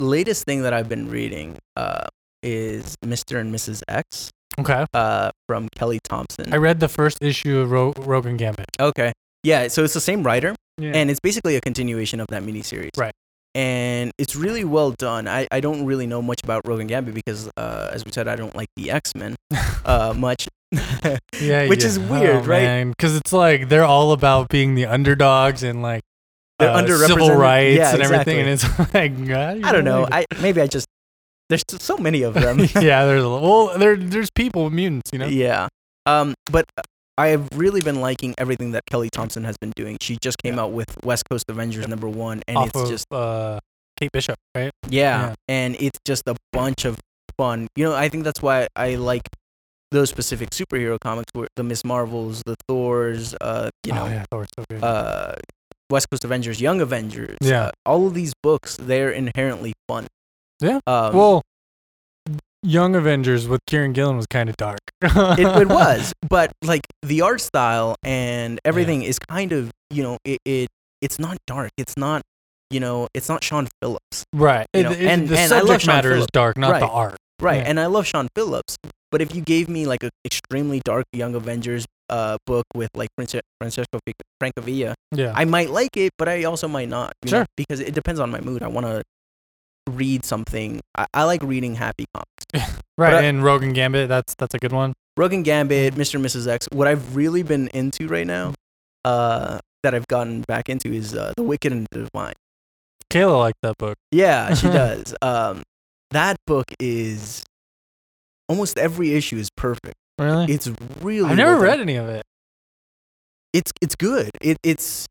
Speaker 2: latest thing that I've been reading uh, is Mr. and Mrs. X
Speaker 1: Okay.
Speaker 2: uh, from Kelly Thompson.
Speaker 1: I read the first issue of Ro- Rogan Gambit.
Speaker 2: Okay. Yeah, so it's the same writer,
Speaker 1: Yeah.
Speaker 2: and it's basically a continuation of that miniseries.
Speaker 1: Right.
Speaker 2: And it's really well done. I, I don't really know much about Rogan Gambit because, uh, as we said, I don't like the X Men uh, much.
Speaker 1: Yeah.
Speaker 2: Which is weird, right?
Speaker 1: Because it's like they're all about being the underdogs and like
Speaker 2: They're
Speaker 1: uh, civil
Speaker 2: underrepresented.
Speaker 1: rights
Speaker 2: Yeah,
Speaker 1: and everything, and it's like
Speaker 2: I don't know. I maybe I just there's so- so many of them.
Speaker 1: yeah, there's a lo- well, there there's people with mutants, you know.
Speaker 2: Yeah. Um, but I have really been liking everything that Kelly Thompson has been doing. She just came out with West Coast Avengers number one, and
Speaker 1: Off
Speaker 2: it's
Speaker 1: of
Speaker 2: just
Speaker 1: uh, Kate Bishop, right?
Speaker 2: Yeah,
Speaker 1: Yeah.
Speaker 2: and it's just a bunch of fun. You know, I think that's why I like those specific superhero comics, where the Miss Marvels, the Thors, uh, you
Speaker 1: oh,
Speaker 2: know,
Speaker 1: yeah, Thor's so good.
Speaker 2: uh, West Coast Avengers, Young Avengers.
Speaker 1: Yeah.
Speaker 2: uh, all of these books, they're inherently fun.
Speaker 1: Yeah.
Speaker 2: Um,
Speaker 1: well, Young Avengers with Kieran Gillen was kind of dark.
Speaker 2: it, it was, but like the art style and everything is kind of you know it, it it's not dark. It's not you know it's not Sean Phillips.
Speaker 1: right.
Speaker 2: you know,
Speaker 1: It- it-
Speaker 2: and-
Speaker 1: the
Speaker 2: and I love
Speaker 1: subject
Speaker 2: Sean
Speaker 1: matter is
Speaker 2: Phillips.
Speaker 1: dark, not the
Speaker 2: Right.
Speaker 1: art.
Speaker 2: Right,
Speaker 1: Yeah.
Speaker 2: and I love Sean Phillips, but if you gave me like an extremely dark Young Avengers uh, book with like Prince- Francesco Fi- Francavilla,
Speaker 1: Yeah.
Speaker 2: I might like it, but I also might not. you know,
Speaker 1: Sure.
Speaker 2: because it depends on my mood. I want to read something. I, I like reading happy comics.
Speaker 1: right.
Speaker 2: but I-
Speaker 1: and Rogan Gambit, that's that's a good one.
Speaker 2: Rogan Gambit, Mr. and Mrs. X. What I've really been into right now, uh, that I've gotten back into is uh, The Wicked and the Divine.
Speaker 1: Kayla liked that book.
Speaker 2: Yeah, she does. Um, that book is almost every issue is perfect.
Speaker 1: Really?
Speaker 2: It's really
Speaker 1: Hmm. I've never
Speaker 2: well done.
Speaker 1: read any of it.
Speaker 2: it's it's good. It it's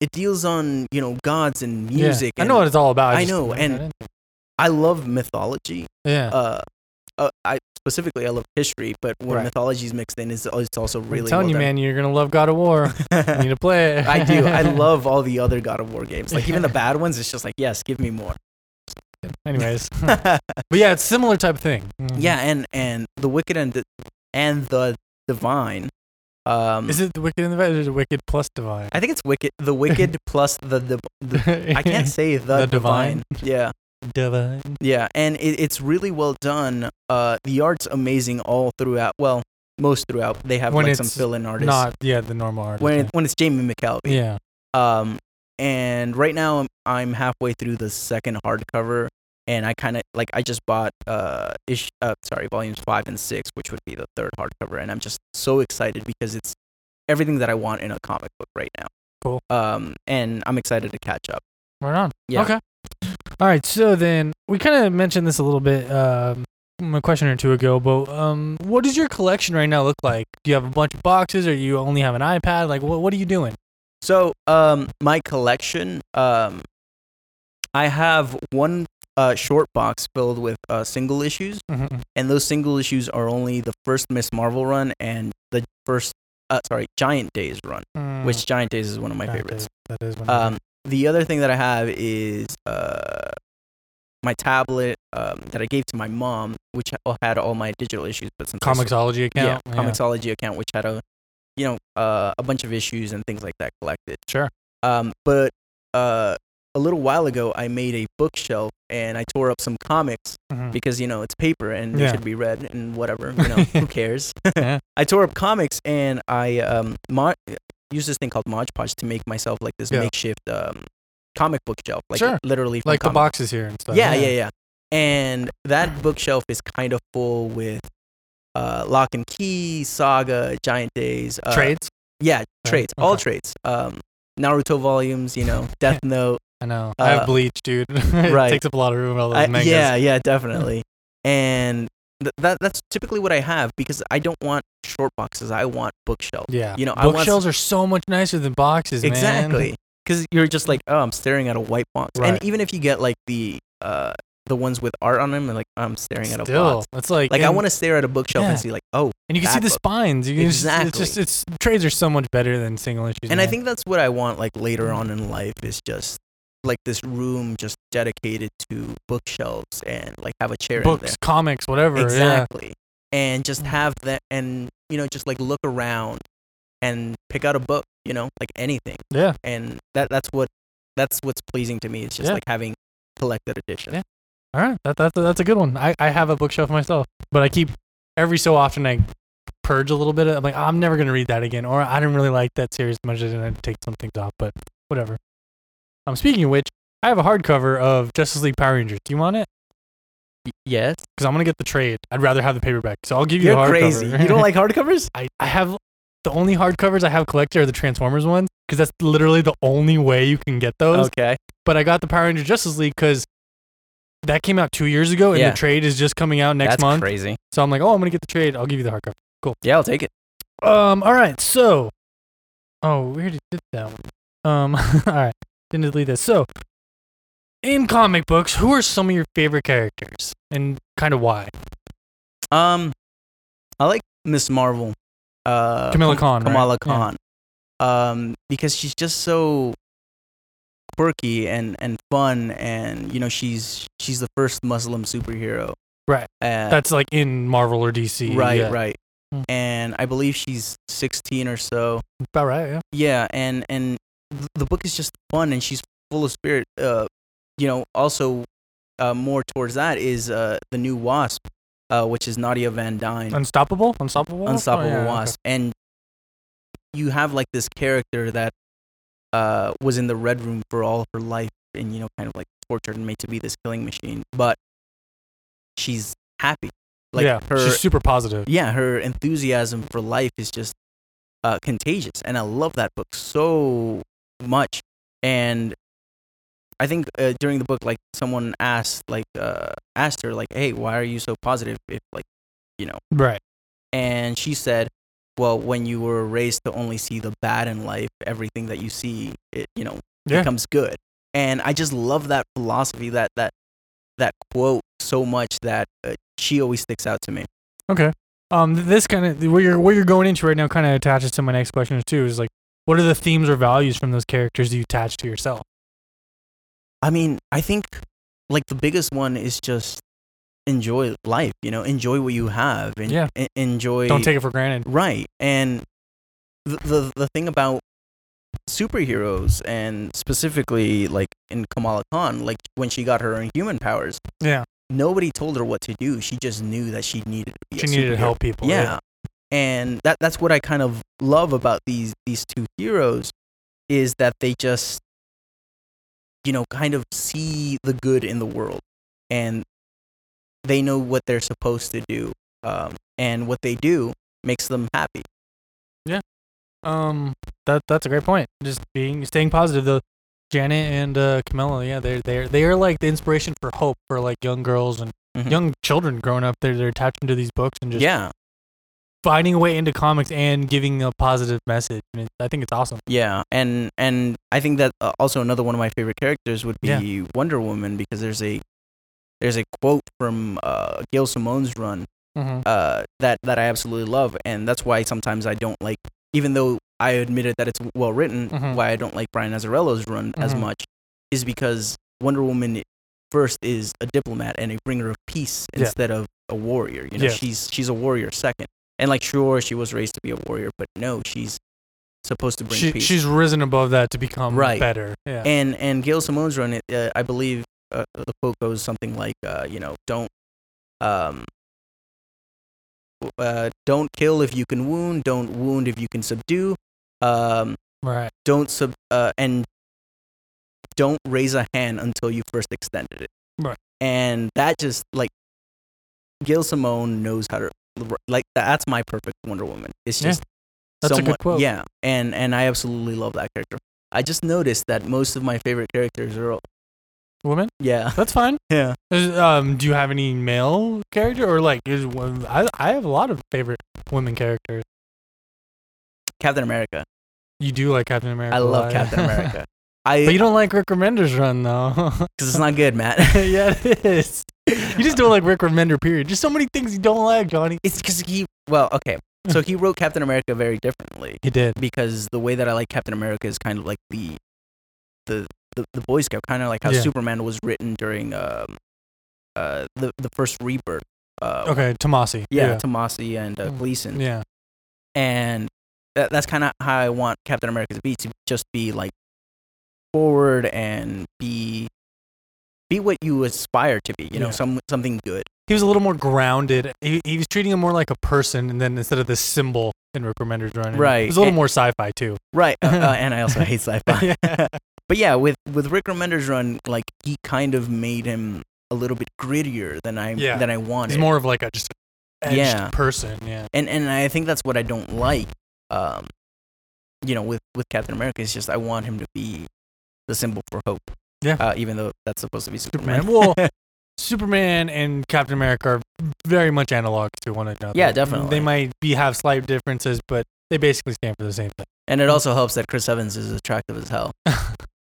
Speaker 2: it deals on you know gods and music.
Speaker 1: Yeah. I
Speaker 2: and
Speaker 1: know what it's all about.
Speaker 2: I
Speaker 1: just
Speaker 2: know,
Speaker 1: never
Speaker 2: and-
Speaker 1: got into it.
Speaker 2: I love mythology.
Speaker 1: yeah.
Speaker 2: Uh, uh, I specifically I love history, but when
Speaker 1: Right.
Speaker 2: mythology is mixed in, it's, it's also really.
Speaker 1: I'm telling
Speaker 2: well
Speaker 1: you,
Speaker 2: done.
Speaker 1: man, you're gonna love God of War. you need to play it.
Speaker 2: I do. I love all the other God of War games. Like even
Speaker 1: Yeah.
Speaker 2: the bad ones, it's just like yes, give me more.
Speaker 1: Anyways, but yeah, it's similar type of thing. Mhm.
Speaker 2: yeah, and and the wicked and the, and the divine. Um,
Speaker 1: Is it the Wicked and the Bad? Is it Wicked plus Divine?
Speaker 2: I think it's wicked. The wicked plus the, div the I can't say the,
Speaker 1: The divine.
Speaker 2: divine. Yeah.
Speaker 1: Divine.
Speaker 2: Yeah, and it, it's really well done. Uh, the art's amazing all throughout. Well, most throughout. They have
Speaker 1: When
Speaker 2: like some
Speaker 1: it's
Speaker 2: fill-in artists.
Speaker 1: Not yeah, the normal artist.
Speaker 2: when it, when it's Jamie
Speaker 1: yeah.
Speaker 2: McAlvey.
Speaker 1: yeah.
Speaker 2: Um, and right now I'm, I'm halfway through the second hardcover, and I kind of like I just bought uh ish uh sorry volumes five and six, which would be the third hardcover, and I'm just so excited because it's everything that I want in a comic book right now.
Speaker 1: Cool.
Speaker 2: Um, and I'm excited to catch up.
Speaker 1: Right on.
Speaker 2: Yeah.
Speaker 1: Okay. All right. So then we kind of mentioned this a little bit um, a question or two ago, but um, what does your collection right now look like? Do you have a bunch of boxes, or you only have an iPad? Like, what what are you doing?
Speaker 2: So, um, my collection, um, I have one uh, short box filled with uh, single issues,
Speaker 1: Mhm.
Speaker 2: and those single issues are only the first Miss Marvel run and the first, uh, sorry, Giant Days run,
Speaker 1: Mm,
Speaker 2: which Hmm. Giant Days is one of my
Speaker 1: that
Speaker 2: favorites.
Speaker 1: is- That is one.
Speaker 2: Um, the other thing that I have is uh, my tablet um, that I gave to my mom, which ha- had all my digital issues, but some
Speaker 1: Comixology
Speaker 2: yeah,
Speaker 1: account.
Speaker 2: Comixology account, which had a, you know, uh, a bunch of issues and things like that collected.
Speaker 1: Sure.
Speaker 2: Um, but uh, a little while ago, I made a bookshelf and I tore up some comics
Speaker 1: Mhm.
Speaker 2: because you know it's paper
Speaker 1: Yeah.
Speaker 2: and they should be read and whatever. You know, who cares?
Speaker 1: Yeah.
Speaker 2: I tore up comics and I um, mo- used this thing called Mod Podge to make myself like this
Speaker 1: Yeah.
Speaker 2: makeshift um, comic bookshelf, like
Speaker 1: Sure.
Speaker 2: literally from
Speaker 1: Like the
Speaker 2: comic-
Speaker 1: boxes here and stuff.
Speaker 2: yeah, yeah, yeah. And that bookshelf is kind of full with uh, Lock and Key, Saga, Giant Days, uh,
Speaker 1: Trades.
Speaker 2: Yeah, trades, all
Speaker 1: okay.
Speaker 2: trades. Um, Naruto volumes, you know, Death Note.
Speaker 1: I know. I have
Speaker 2: uh,
Speaker 1: bleach, dude. it
Speaker 2: right.
Speaker 1: Takes up a lot of room. All those
Speaker 2: I,
Speaker 1: mangas.
Speaker 2: yeah, yeah, definitely. and th- that that's typically what I have because I don't want short boxes. I want bookshelf.
Speaker 1: Yeah.
Speaker 2: You know, I want s-
Speaker 1: bookshelves are so much nicer than boxes. man.
Speaker 2: Exactly. Because you're just like, oh, I'm staring at a white box.
Speaker 1: Right.
Speaker 2: And even if you get like the uh, the ones with art on them, and like I'm staring at a
Speaker 1: Still,
Speaker 2: box.
Speaker 1: it's like
Speaker 2: Like I
Speaker 1: and-
Speaker 2: want to stare at a bookshelf
Speaker 1: Yeah.
Speaker 2: and see like, oh,
Speaker 1: and you can see
Speaker 2: back
Speaker 1: the
Speaker 2: up.
Speaker 1: spines. You can just-
Speaker 2: Exactly.
Speaker 1: it's just it's trades are so much better than single issues.
Speaker 2: and I
Speaker 1: man.
Speaker 2: think that's what I want like later on in life is just like this room just dedicated to bookshelves and like have a chair
Speaker 1: books, comics,
Speaker 2: in
Speaker 1: whatever.
Speaker 2: there.
Speaker 1: Yeah. Mm.
Speaker 2: Exactly. And just have that and you know just like look around and pick out a book, you know, like anything.
Speaker 1: Yeah.
Speaker 2: And that that's what that's what's pleasing to me. It's just
Speaker 1: Yeah.
Speaker 2: like having collected editions.
Speaker 1: Yeah. All right, that, that's a, that's a good one. I, I have a bookshelf myself, but I keep every so often I purge a little bit. I'm like, I'm never gonna read that again, or I didn't really like that series as much as I had to take some things off, but whatever. Um, speaking of which, I have a hardcover of Justice League Power Rangers. Do you want it?
Speaker 2: Yes.
Speaker 1: Because I'm gonna get the trade. I'd rather have the paperback. So I'll give you
Speaker 2: You're
Speaker 1: the hardcover.
Speaker 2: crazy. You don't like hardcovers?
Speaker 1: I, I have the only hardcovers I have collected are the Transformers ones because that's literally the only way you can get those.
Speaker 2: Okay.
Speaker 1: But I got the Power Ranger Justice League because that came out two years ago, and
Speaker 2: Yeah.
Speaker 1: the trade is just coming out next
Speaker 2: that's
Speaker 1: month.
Speaker 2: crazy.
Speaker 1: So I'm like, oh, I'm gonna get the trade. I'll give you the hardcover.
Speaker 2: Yeah, I'll take it.
Speaker 1: Um, all right, so, oh, we already did that one. Um, all right, didn't delete this. So, in comic books, who are some of your favorite characters, and kind of why?
Speaker 2: Um, I like Miss Marvel. Uh,
Speaker 1: Kamala Khan. right?
Speaker 2: Kamala
Speaker 1: Yeah.
Speaker 2: Khan. Um, because she's just so quirky and and fun, and you know she's she's the first Muslim superhero.
Speaker 1: Right.
Speaker 2: Uh,
Speaker 1: That's like in Marvel or DC.
Speaker 2: right,
Speaker 1: yeah.
Speaker 2: right.
Speaker 1: Hmm.
Speaker 2: And I believe she's 16 or so.
Speaker 1: About right. Yeah.
Speaker 2: Yeah, and and th- the book is just fun, and she's full of spirit. Uh, you know, also uh, more towards that is uh the new Wasp, uh, which is Nadia Van Dyne.
Speaker 1: Unstoppable. Unstoppable. Wasp? Oh,
Speaker 2: Unstoppable
Speaker 1: yeah, okay.
Speaker 2: Wasp, and you have like this character that uh, was in the Red Room for all of her life, and you know, kind of like tortured and made to be this killing machine, but she's happy. Like
Speaker 1: yeah.
Speaker 2: her,
Speaker 1: she's super positive.
Speaker 2: yeah, her enthusiasm for life is just uh, contagious, and I love that book so much. And I think uh, during the book, like someone asked, like uh, asked her, like, "Hey, why are you so positive? If like."
Speaker 1: Right.
Speaker 2: and she said, "Well, when you were raised to only see the bad in life, everything that you see, it you know,
Speaker 1: Yeah.
Speaker 2: becomes good." And I just love that philosophy, that that that quote so much that uh, she always sticks out to me.
Speaker 1: Okay. Um, th- this kind of where you're where you're going into right now kind of attaches to my next question too. Is like, what are the themes or values from those characters you attach to yourself?
Speaker 2: I mean, I think like the biggest one is just enjoy life. You know, enjoy what you have, and
Speaker 1: Yeah.
Speaker 2: en- enjoy.
Speaker 1: Don't take it for granted.
Speaker 2: Right. And the, the the thing about superheroes and specifically like in Kamala Khan, like when she got her human powers,
Speaker 1: Yeah.
Speaker 2: nobody told her what to do. She just knew that she needed to be
Speaker 1: She
Speaker 2: a
Speaker 1: needed to
Speaker 2: superhero.
Speaker 1: help people.
Speaker 2: Yeah. And that that's what I kind of love about these these two heroes is that they just you know kind of see the good in the world and they know what they're supposed to do um, and what they do makes them happy
Speaker 1: Um, that that's a great point. Just being staying positive though. Janet and uh, Camilla, yeah, they're they're they are like the inspiration for hope for like young girls and
Speaker 2: Mhm.
Speaker 1: young children growing up. They're they're attaching to these books and just
Speaker 2: yeah
Speaker 1: finding a way into comics and giving a positive message. And it, I think it's awesome.
Speaker 2: yeah and and i think that uh, also another one of my favorite characters would be wonder woman because there's a There's a quote from uh, Gail Simone's run
Speaker 1: Mm-hmm.
Speaker 2: uh, that that I absolutely love, and that's why sometimes I don't like, even though I admitted that it's well written,
Speaker 1: Mhm.
Speaker 2: why I don't like Brian Azzarello's run as
Speaker 1: Mhm.
Speaker 2: much is because Wonder Woman first is a diplomat and a bringer of peace
Speaker 1: Yeah.
Speaker 2: instead of a warrior. You know,
Speaker 1: Yeah.
Speaker 2: she's she's a warrior second, and like sure she was raised to be a warrior, but no, she's supposed to bring
Speaker 1: She,
Speaker 2: peace.
Speaker 1: she's risen above that to become
Speaker 2: Right.
Speaker 1: better. Yeah.
Speaker 2: and and Gail Simone's run, it, uh, I believe uh, the quote goes something like, uh, you know, don't, um, w- uh, don't kill if you can wound, don't wound if you can subdue, um,
Speaker 1: right.
Speaker 2: don't sub, uh, and don't raise a hand until you first extended it.
Speaker 1: Right.
Speaker 2: And that just like Gail Simone knows how to like that's my perfect Wonder Woman. It's
Speaker 1: Yeah.
Speaker 2: just
Speaker 1: That's a good
Speaker 2: someone-
Speaker 1: quote.
Speaker 2: Yeah, and and I absolutely love that character. I just noticed that most of my favorite characters are all-
Speaker 1: Woman.
Speaker 2: yeah
Speaker 1: That's fine.
Speaker 2: yeah.
Speaker 1: Is- Um, do you have any male character or like is one? I I have a lot of favorite women characters.
Speaker 2: Captain America.
Speaker 1: You do like Captain America.
Speaker 2: I
Speaker 1: a
Speaker 2: love
Speaker 1: lot.
Speaker 2: Captain America. I
Speaker 1: but you don't like Rick Remender's run though.
Speaker 2: because it's not good, Matt.
Speaker 1: yeah, it is. You just don't like Rick Remender. Period. Just so many things you don't like, Johnny.
Speaker 2: it's because he well okay. So he wrote Captain America very differently
Speaker 1: He did.
Speaker 2: because the way that I like Captain America is kind of like the the the, the Boy Scout, kind of like how
Speaker 1: Yeah.
Speaker 2: Superman was written during um uh the the first Rebirth. Uh,
Speaker 1: Okay, Tomasi.
Speaker 2: Yeah, Tomasi and uh,
Speaker 1: Mm.
Speaker 2: Gleason.
Speaker 1: Yeah. yeah.
Speaker 2: and that, that's kind of how I want Captain America to be to just be like forward and be be what you aspire to be you know
Speaker 1: Yeah.
Speaker 2: some something good
Speaker 1: He was a little more grounded. He, he was treating him more like a person, and then instead of this symbol in Rick Remender's run, and
Speaker 2: Right,
Speaker 1: It was a little
Speaker 2: and-
Speaker 1: more sci-fi too.
Speaker 2: right uh, uh, and I also hate sci-fi
Speaker 1: yeah.
Speaker 2: but yeah with with Rick Remender's run like he kind of made him a little bit grittier than I
Speaker 1: Yeah.
Speaker 2: than I wanted
Speaker 1: He's more of like a just edged
Speaker 2: Yeah.
Speaker 1: person. Yeah.
Speaker 2: and and I think that's what I don't like um you know with with Captain America it's just I want him to be the symbol for hope
Speaker 1: Yeah.
Speaker 2: uh, even though that's supposed to be
Speaker 1: Superman.
Speaker 2: Superman
Speaker 1: well, Superman and Captain America are very much analog to one another.
Speaker 2: Yeah, definitely.
Speaker 1: They might be have slight differences, but they basically stand for the same thing.
Speaker 2: And it also helps that Chris Evans is attractive as hell.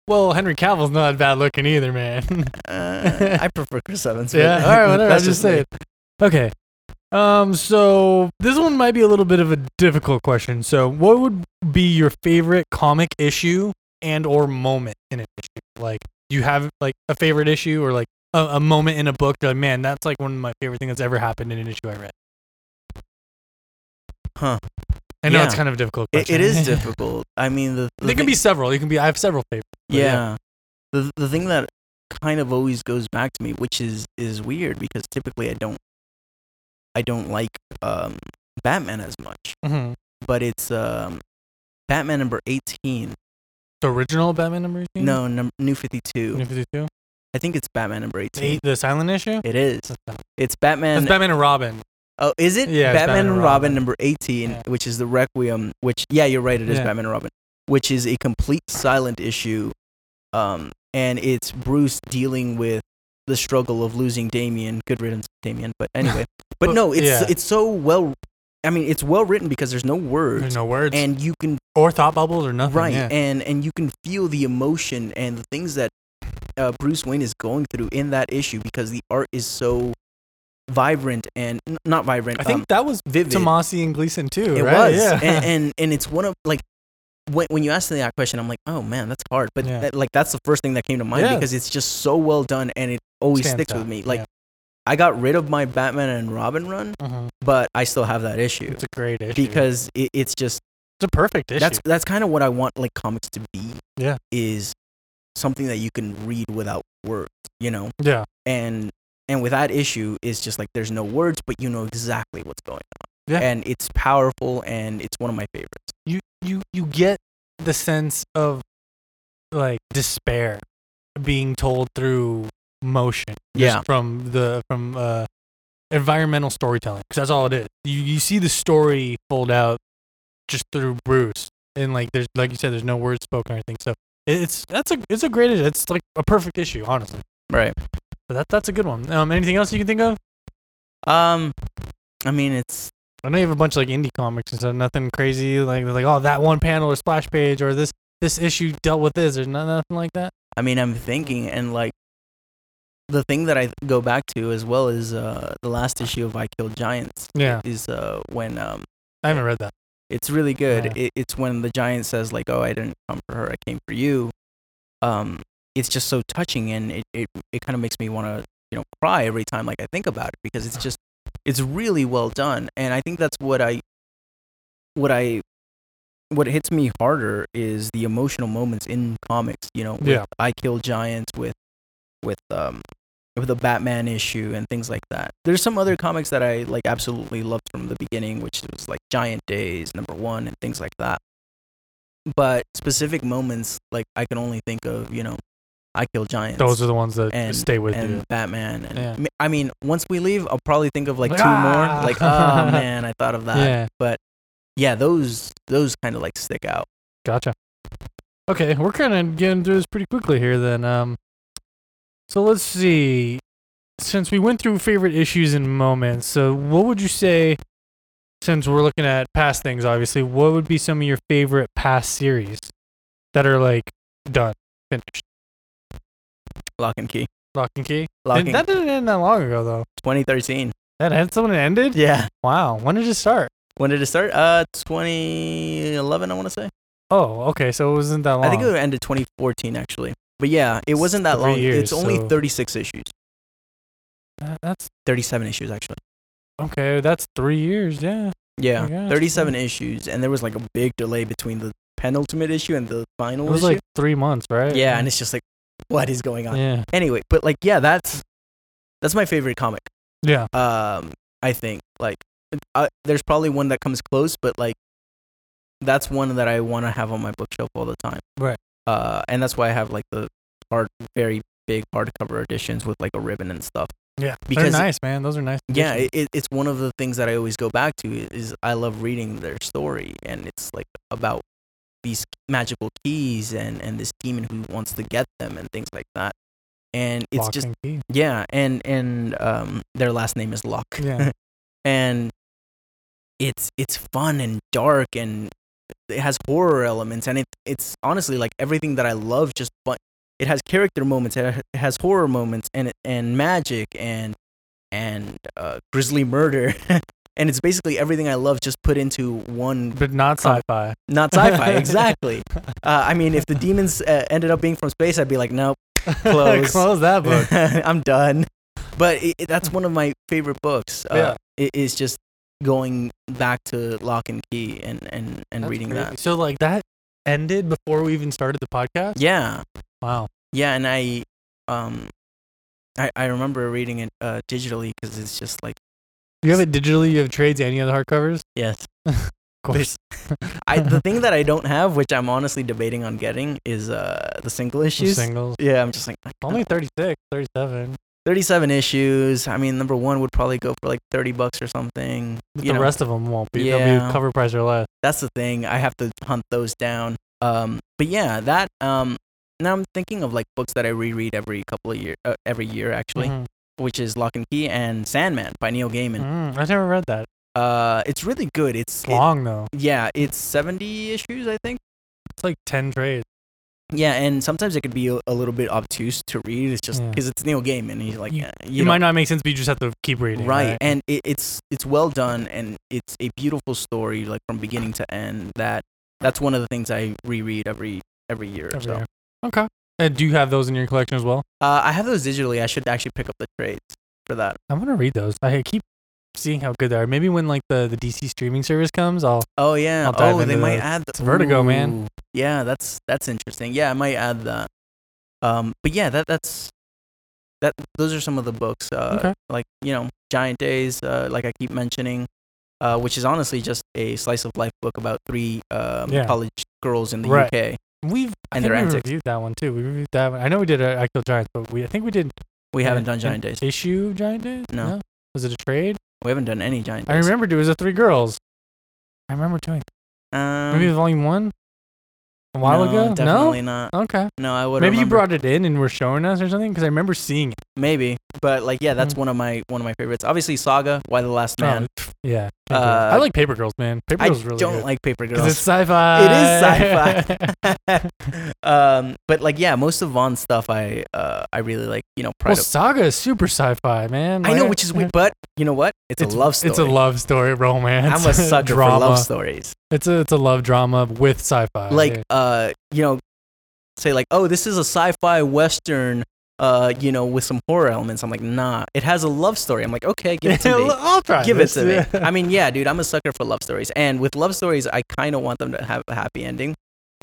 Speaker 1: Well, Henry Cavill's not bad looking either, man.
Speaker 2: Uh, I prefer Chris Evans. but
Speaker 1: yeah. All right, whatever. I'll
Speaker 2: that's
Speaker 1: just
Speaker 2: me.
Speaker 1: say it. Okay. Um, so this one might be a little bit of a difficult question. So, what would be your favorite comic issue and or moment in an issue? Like, do you have like a favorite issue or like a, a moment in a book that man, that's like one of my favorite things that's ever happened in an issue I read?
Speaker 2: Huh.
Speaker 1: I know it's
Speaker 2: Yeah.
Speaker 1: kind of a difficult.
Speaker 2: It,
Speaker 1: Question.
Speaker 2: it is difficult. I mean, the, the
Speaker 1: There can
Speaker 2: thi-
Speaker 1: be several. You can be. I have several favorites. but
Speaker 2: yeah.
Speaker 1: yeah.
Speaker 2: The the thing that kind of always goes back to me, which is is weird because typically I don't I don't like um, Batman as much,
Speaker 1: Mm-hmm.
Speaker 2: but it's um, Batman number eighteen.
Speaker 1: The original Batman number. 18?
Speaker 2: No, num- New Fifty Two.
Speaker 1: Hmm. New 52?
Speaker 2: I think it's Batman number
Speaker 1: The,
Speaker 2: eighteen.
Speaker 1: eight- the silent issue.
Speaker 2: It is.
Speaker 1: That's not-
Speaker 2: It's Batman.
Speaker 1: That's Batman and Robin.
Speaker 2: Oh, is it?
Speaker 1: Yeah, it's
Speaker 2: Batman, and Robin, number 18,
Speaker 1: Yeah.
Speaker 2: which is the Requiem, which, yeah, you're right, it is
Speaker 1: Yeah.
Speaker 2: Batman and Robin, which is a complete silent issue. Um, and it's Bruce dealing with the struggle of losing Damien. Good riddance, Damien. But anyway, but
Speaker 1: But-
Speaker 2: no, it's,
Speaker 1: yeah.
Speaker 2: it's so well, I mean, it's well written because there's no
Speaker 1: There's
Speaker 2: words.
Speaker 1: no words.
Speaker 2: And you can
Speaker 1: or thought bubbles or nothing.
Speaker 2: right
Speaker 1: Yeah.
Speaker 2: and and you can feel the emotion and the things that uh, bruce wayne is going through in that issue because the art is so vibrant and n- not vibrant
Speaker 1: I think
Speaker 2: um,
Speaker 1: that was
Speaker 2: vivid
Speaker 1: Tomasi and Gleason too.
Speaker 2: it
Speaker 1: right?
Speaker 2: was
Speaker 1: Yeah.
Speaker 2: and, and and it's one of like when, when you asked me that question i'm like oh man that's hard but
Speaker 1: Yeah.
Speaker 2: that, like that's the first thing that came to mind
Speaker 1: Yeah.
Speaker 2: because it's just so well done and it always
Speaker 1: Stands
Speaker 2: sticks
Speaker 1: out,
Speaker 2: with me like
Speaker 1: yeah.
Speaker 2: i got rid of my batman and robin run
Speaker 1: Mhm.
Speaker 2: but i still have that issue
Speaker 1: It's a great issue.
Speaker 2: because it, it's just
Speaker 1: it's a perfect issue.
Speaker 2: that's that's kind of what I want like comics to be.
Speaker 1: Yeah.
Speaker 2: Is something that you can read without words, you know?
Speaker 1: yeah.
Speaker 2: And and with that issue is just like there's no words, but you know exactly what's going on.
Speaker 1: Yeah.
Speaker 2: And it's powerful and it's one of my favorites.
Speaker 1: You you you get the sense of like despair being told through motion. just
Speaker 2: Yeah.
Speaker 1: From the from uh environmental storytelling because that's all it is. You you see the story fold out just through Bruce and like there's like you said there's no words spoken or anything. So it- it's that's a it's a great issue. It's like a perfect issue honestly.
Speaker 2: Right.
Speaker 1: But that that's a good one. Um, anything else you can think of?
Speaker 2: Um I mean it's
Speaker 1: I know you have a bunch of like indie comics and stuff. Nothing crazy like like oh that one panel or splash page or this this issue dealt with this. There's no- nothing like that.
Speaker 2: I mean I'm thinking and like the thing that I go back to as well is uh, the last issue of I Killed Giants
Speaker 1: Yeah.
Speaker 2: is uh, when um,
Speaker 1: I haven't read that.
Speaker 2: it's really good.
Speaker 1: Yeah.
Speaker 2: It, it's when the giant says like, "Oh, I didn't come for her. I came for you." Um, it's just so touching, and it it, it kind of makes me want to you know cry every time like I think about it because it's just it's really well done, and I think that's what I what I what hits me harder is the emotional moments in comics. You know, with
Speaker 1: Yeah.
Speaker 2: I Kill Giants with with um with the Batman issue and things like that. There's some other comics that I like absolutely loved from the beginning, which was like Giant Days number one and things like that. But specific moments like I can only think of, you know, I Kill Giants
Speaker 1: Those are the ones that
Speaker 2: and-
Speaker 1: stay with
Speaker 2: and
Speaker 1: you.
Speaker 2: Batman. And
Speaker 1: Yeah.
Speaker 2: m- I mean, once we leave, I'll probably think of like
Speaker 1: Like,
Speaker 2: two
Speaker 1: "Ah!"
Speaker 2: more. Like, oh man, I thought of that. Yeah,
Speaker 1: Yeah.
Speaker 2: those those kind of like stick out.
Speaker 1: Gotcha. Okay, we're kind of getting through this pretty quickly here then. Um, so let's see. Since we went through favorite issues and moments, so what would you say, since we're looking at past things, obviously, what would be some of your favorite past series that are like done, finished?
Speaker 2: Lock and Key.
Speaker 1: Lock and Key?
Speaker 2: Lock
Speaker 1: And
Speaker 2: and
Speaker 1: that didn't end that long ago, though.
Speaker 2: 2013.
Speaker 1: That had someone ended?
Speaker 2: Yeah.
Speaker 1: Wow. When did it start?
Speaker 2: When did it start? Uh, 2011, I want to say.
Speaker 1: Oh, okay. So it wasn't that long.
Speaker 2: I think it ended 2014 actually. But yeah, it wasn't that
Speaker 1: Three
Speaker 2: long.
Speaker 1: years,
Speaker 2: it's only
Speaker 1: so-
Speaker 2: 36 issues.
Speaker 1: Uh, That's
Speaker 2: 37 issues actually.
Speaker 1: okay. That's three years. Yeah.
Speaker 2: Yeah.
Speaker 1: Oh my gosh,
Speaker 2: 37 issues and there was like a big delay between the penultimate issue and the final
Speaker 1: It was
Speaker 2: issue.
Speaker 1: like three months, right?
Speaker 2: yeah, and it's just like what is going on?
Speaker 1: yeah.
Speaker 2: Anyway, but like yeah, that's that's my favorite comic.
Speaker 1: Yeah.
Speaker 2: um i think like I, there's probably one that comes close but like that's one that i want to have on my bookshelf all the time
Speaker 1: Right.
Speaker 2: uh and that's why i have like the hard very big hardcover editions with like a ribbon and stuff
Speaker 1: Yeah.
Speaker 2: Because-
Speaker 1: They're nice, man. Those are nice.
Speaker 2: yeah
Speaker 1: additions.
Speaker 2: it, it- it's one of the things that i always go back to i- is i love reading their story and it's like about these magical keys and and this demon who wants to get them and things like that and it's
Speaker 1: Lock
Speaker 2: just
Speaker 1: and key.
Speaker 2: yeah and and um their last name is Locke
Speaker 1: Yeah.
Speaker 2: and it's it's fun and dark and it has horror elements and it it's honestly like everything that I love just but it has character moments it ha- it has horror moments and it- and magic and and uh, grisly murder and it's basically everything I love just put into one
Speaker 1: but not
Speaker 2: Com-
Speaker 1: sci-fi.
Speaker 2: not sci-fi exactly uh, I mean if the demons uh, ended up being from space I'd be like nope Close.
Speaker 1: Close that book.
Speaker 2: I'm done. But it, it- that's one of my favorite books. Uh, it is just going back to Lock and Key and and and
Speaker 1: That's
Speaker 2: reading
Speaker 1: crazy.
Speaker 2: that.
Speaker 1: So like that ended before we even started the podcast.
Speaker 2: Yeah,
Speaker 1: Wow.
Speaker 2: yeah, and I um. I, I remember reading it uh, digitally because it's just like
Speaker 1: You have it digitally. You have trades and you have the hardcovers.
Speaker 2: yes.
Speaker 1: Of course.
Speaker 2: I the thing that I don't have, which I'm honestly debating on getting, is uh the single
Speaker 1: The
Speaker 2: issues.
Speaker 1: singles.
Speaker 2: Yeah, I'm just like
Speaker 1: Only 36, 37.
Speaker 2: 37 issues. I mean, number one would probably go for like 30 bucks or something.
Speaker 1: But
Speaker 2: you
Speaker 1: the
Speaker 2: know?
Speaker 1: rest of them won't be. They'll
Speaker 2: Yeah.
Speaker 1: be cover price or less.
Speaker 2: that's the thing. I have to hunt those down. Um, but yeah, that. Um, now I'm thinking of like books that I reread every couple of year, uh, every year actually,
Speaker 1: Mhm.
Speaker 2: which is Lock and Key and Sandman by Neil Gaiman.
Speaker 1: Mm, I never read that.
Speaker 2: Uh, it's really good. It's
Speaker 1: It's
Speaker 2: it-
Speaker 1: long though.
Speaker 2: yeah, it's 70 issues I think.
Speaker 1: It's like 10 trades.
Speaker 2: Yeah, and sometimes it could be a, a little bit obtuse to read. It's just
Speaker 1: Yeah.
Speaker 2: because it's Neil Gaiman. And he's like,
Speaker 1: You-
Speaker 2: uh,
Speaker 1: It
Speaker 2: know,
Speaker 1: might not make sense, but you just have to keep reading.
Speaker 2: right. and it, it's it's well done and it's a beautiful story like from beginning to end. That that's one of the things I reread every every year or
Speaker 1: Every
Speaker 2: so.
Speaker 1: year. Okay. And do you have those in your collection as well?
Speaker 2: Uh, I have those digitally. I should actually pick up the trades for that.
Speaker 1: I'm gonna read those. I keep seeing how good they are. Maybe when like the, the DC streaming service comes, I'll
Speaker 2: Oh yeah.
Speaker 1: I'll dive
Speaker 2: oh, they
Speaker 1: into
Speaker 2: might
Speaker 1: those.
Speaker 2: add the
Speaker 1: It's Vertigo, man.
Speaker 2: Ooh. Yeah, that's that's interesting. Yeah, I might add that. Um, but yeah, that that's that. Those are some of the books. Uh,
Speaker 1: Okay.
Speaker 2: like you know, Giant Days. Uh, like I keep mentioning, uh, which is honestly just a slice of life book about three um,
Speaker 1: Yeah.
Speaker 2: college girls in the
Speaker 1: Right.
Speaker 2: UK.
Speaker 1: we've I think
Speaker 2: And their
Speaker 1: we
Speaker 2: antics.
Speaker 1: reviewed that one too. We reviewed that one. I know we did a I Killed Giants, but we I think we did
Speaker 2: We
Speaker 1: an-
Speaker 2: haven't done
Speaker 1: an
Speaker 2: Giant Days.
Speaker 1: issue of Giant Days.
Speaker 2: No.
Speaker 1: was it a trade?
Speaker 2: We haven't done any Giant
Speaker 1: I
Speaker 2: Days.
Speaker 1: remembered it was a three girls. I remember doing
Speaker 2: Um,
Speaker 1: maybe volume one a while
Speaker 2: no,
Speaker 1: ago.
Speaker 2: Definitely not.
Speaker 1: No, okay.
Speaker 2: No, I would.
Speaker 1: Maybe you
Speaker 2: remember-
Speaker 1: brought it in and were showing us or something because I remember seeing it.
Speaker 2: maybe. But like, yeah, that's
Speaker 1: Mhm.
Speaker 2: one of my one of my favorites. Obviously, Saga, Why the Last Man.
Speaker 1: Oh, pff, yeah.
Speaker 2: Uh,
Speaker 1: I like Paper Girls, man. Paper
Speaker 2: I
Speaker 1: Girls really
Speaker 2: don't
Speaker 1: good.
Speaker 2: like Paper Girls.
Speaker 1: 'Cause it's sci-fi.
Speaker 2: sci-fi. um, but like, yeah, most of Vaughn's stuff I uh, I really like. You know, Pride
Speaker 1: well, Saga is super sci-fi, man.
Speaker 2: of, I know,
Speaker 1: Like,
Speaker 2: which is weird, but you know what? It's, a love story.
Speaker 1: It's a love story, romance.
Speaker 2: I'm a sucker
Speaker 1: drama.
Speaker 2: for love stories.
Speaker 1: It's a it's a love drama with sci-fi.
Speaker 2: Like,
Speaker 1: yeah.
Speaker 2: uh, you know, say like, oh, this is a sci-fi western. Uh, you know, with some horror elements. I'm like, nah. It has a love story. I'm like, okay, give it to me.
Speaker 1: I'll try.
Speaker 2: Give it
Speaker 1: this,
Speaker 2: to me.
Speaker 1: yeah.
Speaker 2: I mean, yeah, dude, I'm a sucker for love stories, and with love stories, I kind of want them to have a happy ending.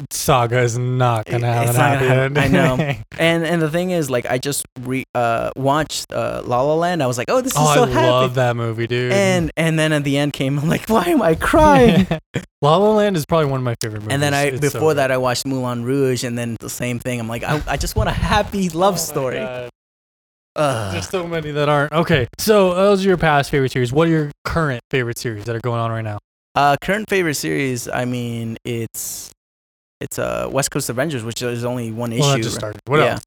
Speaker 1: Saga is not gonna have an
Speaker 2: It's not
Speaker 1: happy
Speaker 2: gonna
Speaker 1: end.
Speaker 2: happen. I And and the thing is, like, I just re uh, watched uh, La La Land. I was like, oh, this is
Speaker 1: oh,
Speaker 2: so
Speaker 1: I
Speaker 2: happy.
Speaker 1: love that movie, dude.
Speaker 2: And and then at the end came, I'm like, why am I crying?
Speaker 1: Yeah. La La Land is probably one of my favorite movies.
Speaker 2: and then I
Speaker 1: It's so
Speaker 2: before
Speaker 1: good.
Speaker 2: that I watched Moulin Rouge, and then the same thing. I'm like, I, I just want a happy love
Speaker 1: Oh my
Speaker 2: story.
Speaker 1: God.
Speaker 2: Ugh.
Speaker 1: There's so many that aren't. Okay, so those are your past favorite series. What are your current favorite series that are going on right now?
Speaker 2: Uh, current favorite series, I mean, it's it's uh West Coast Avengers, which is only one
Speaker 1: Well, that
Speaker 2: issue.
Speaker 1: just started. What
Speaker 2: yeah.
Speaker 1: else?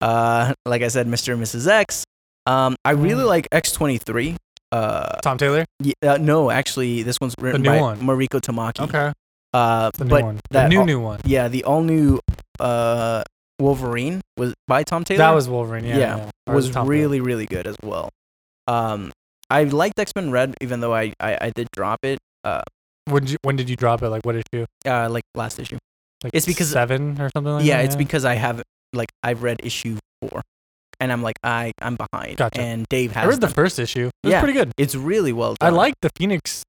Speaker 2: Uh, like I said, Mr. and Mrs. X. Um, I really
Speaker 1: Mm.
Speaker 2: like X23. Uh,
Speaker 1: Tom Taylor.
Speaker 2: Yeah, uh, no, actually, this one's written
Speaker 1: new
Speaker 2: by
Speaker 1: one.
Speaker 2: Mariko Tamaki.
Speaker 1: Okay,
Speaker 2: Uh,
Speaker 1: the new
Speaker 2: Mm-hmm. but
Speaker 1: one. The
Speaker 2: that
Speaker 1: new
Speaker 2: al-
Speaker 1: new one.
Speaker 2: yeah, the all new uh, Wolverine was by Tom Taylor.
Speaker 1: That was Wolverine. Yeah,
Speaker 2: Yeah,
Speaker 1: Or
Speaker 2: was
Speaker 1: Tom Taylor.
Speaker 2: really really good as well. Um, I liked X Men Red, even though I, I I did drop it.
Speaker 1: When did you, when did you drop it? Like what issue?
Speaker 2: Uh, like last issue.
Speaker 1: Like
Speaker 2: It's because-
Speaker 1: seven or something like
Speaker 2: yeah,
Speaker 1: that.
Speaker 2: it's because I have like I've read issue four, and I'm like I I'm behind.
Speaker 1: Gotcha.
Speaker 2: And Dave has.
Speaker 1: I read the
Speaker 2: them.
Speaker 1: first issue. It was
Speaker 2: Yeah.
Speaker 1: pretty good.
Speaker 2: it's really well
Speaker 1: I
Speaker 2: done.
Speaker 1: liked the Phoenix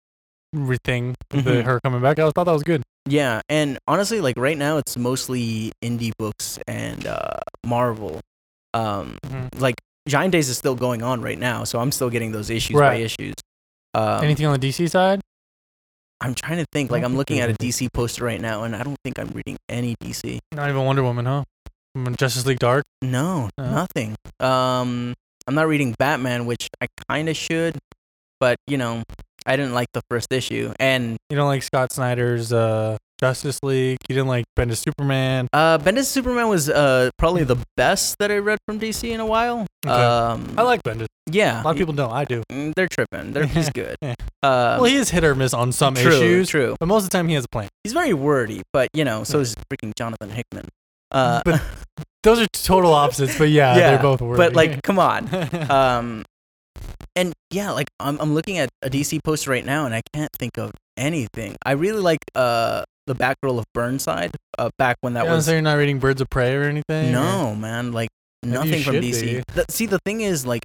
Speaker 1: re- thing, with the,
Speaker 2: Mhm.
Speaker 1: her coming back. I thought that was good.
Speaker 2: Yeah, and honestly, like right now, it's mostly indie books and uh, Marvel. Um,
Speaker 1: Mhm.
Speaker 2: Like Giant Days is still going on right now, so I'm still getting those issues by
Speaker 1: Right.
Speaker 2: issues. Um,
Speaker 1: Anything on the DC side?
Speaker 2: I'm trying to think. Like
Speaker 1: don't
Speaker 2: I'm
Speaker 1: think
Speaker 2: looking at
Speaker 1: there's
Speaker 2: a DC poster right now, and I don't think I'm reading any DC.
Speaker 1: Not even Wonder Woman, huh? Mm, Justice League Dark.
Speaker 2: No,
Speaker 1: No?
Speaker 2: nothing. Um, I'm not reading Batman, which I kind of should, but you know, I didn't like the first issue, and
Speaker 1: You don't like Scott Snyder's uh, Justice League. You didn't like Bendis Superman.
Speaker 2: uh, Bendis Superman was uh probably the best that I read from DC in a while.
Speaker 1: Okay.
Speaker 2: Um,
Speaker 1: I like Bendis.
Speaker 2: Yeah,
Speaker 1: A lot of people don't. I do.
Speaker 2: Mm, They're tripping. They're, he's good.
Speaker 1: Yeah.
Speaker 2: Um,
Speaker 1: well, he is hit or miss on some
Speaker 2: true,
Speaker 1: issues,
Speaker 2: True.
Speaker 1: but most of the time he has a plan.
Speaker 2: He's very wordy, but you know, so is freaking Jonathan Hickman. Uh,
Speaker 1: But-
Speaker 2: but,
Speaker 1: Those are total opposites, but yeah,
Speaker 2: Yeah,
Speaker 1: they're both worthy.
Speaker 2: like, uh, come on. Um, and yeah, like I'm, I'm looking at a DC poster right now, and I can't think of anything. I really like uh the Batgirl of Burnside. Uh, back when that
Speaker 1: You don't
Speaker 2: was
Speaker 1: say you're not reading Birds of Prey or anything. or-
Speaker 2: no man, like
Speaker 1: you
Speaker 2: nothing from
Speaker 1: should
Speaker 2: DC.
Speaker 1: be.
Speaker 2: The- see, the thing is, like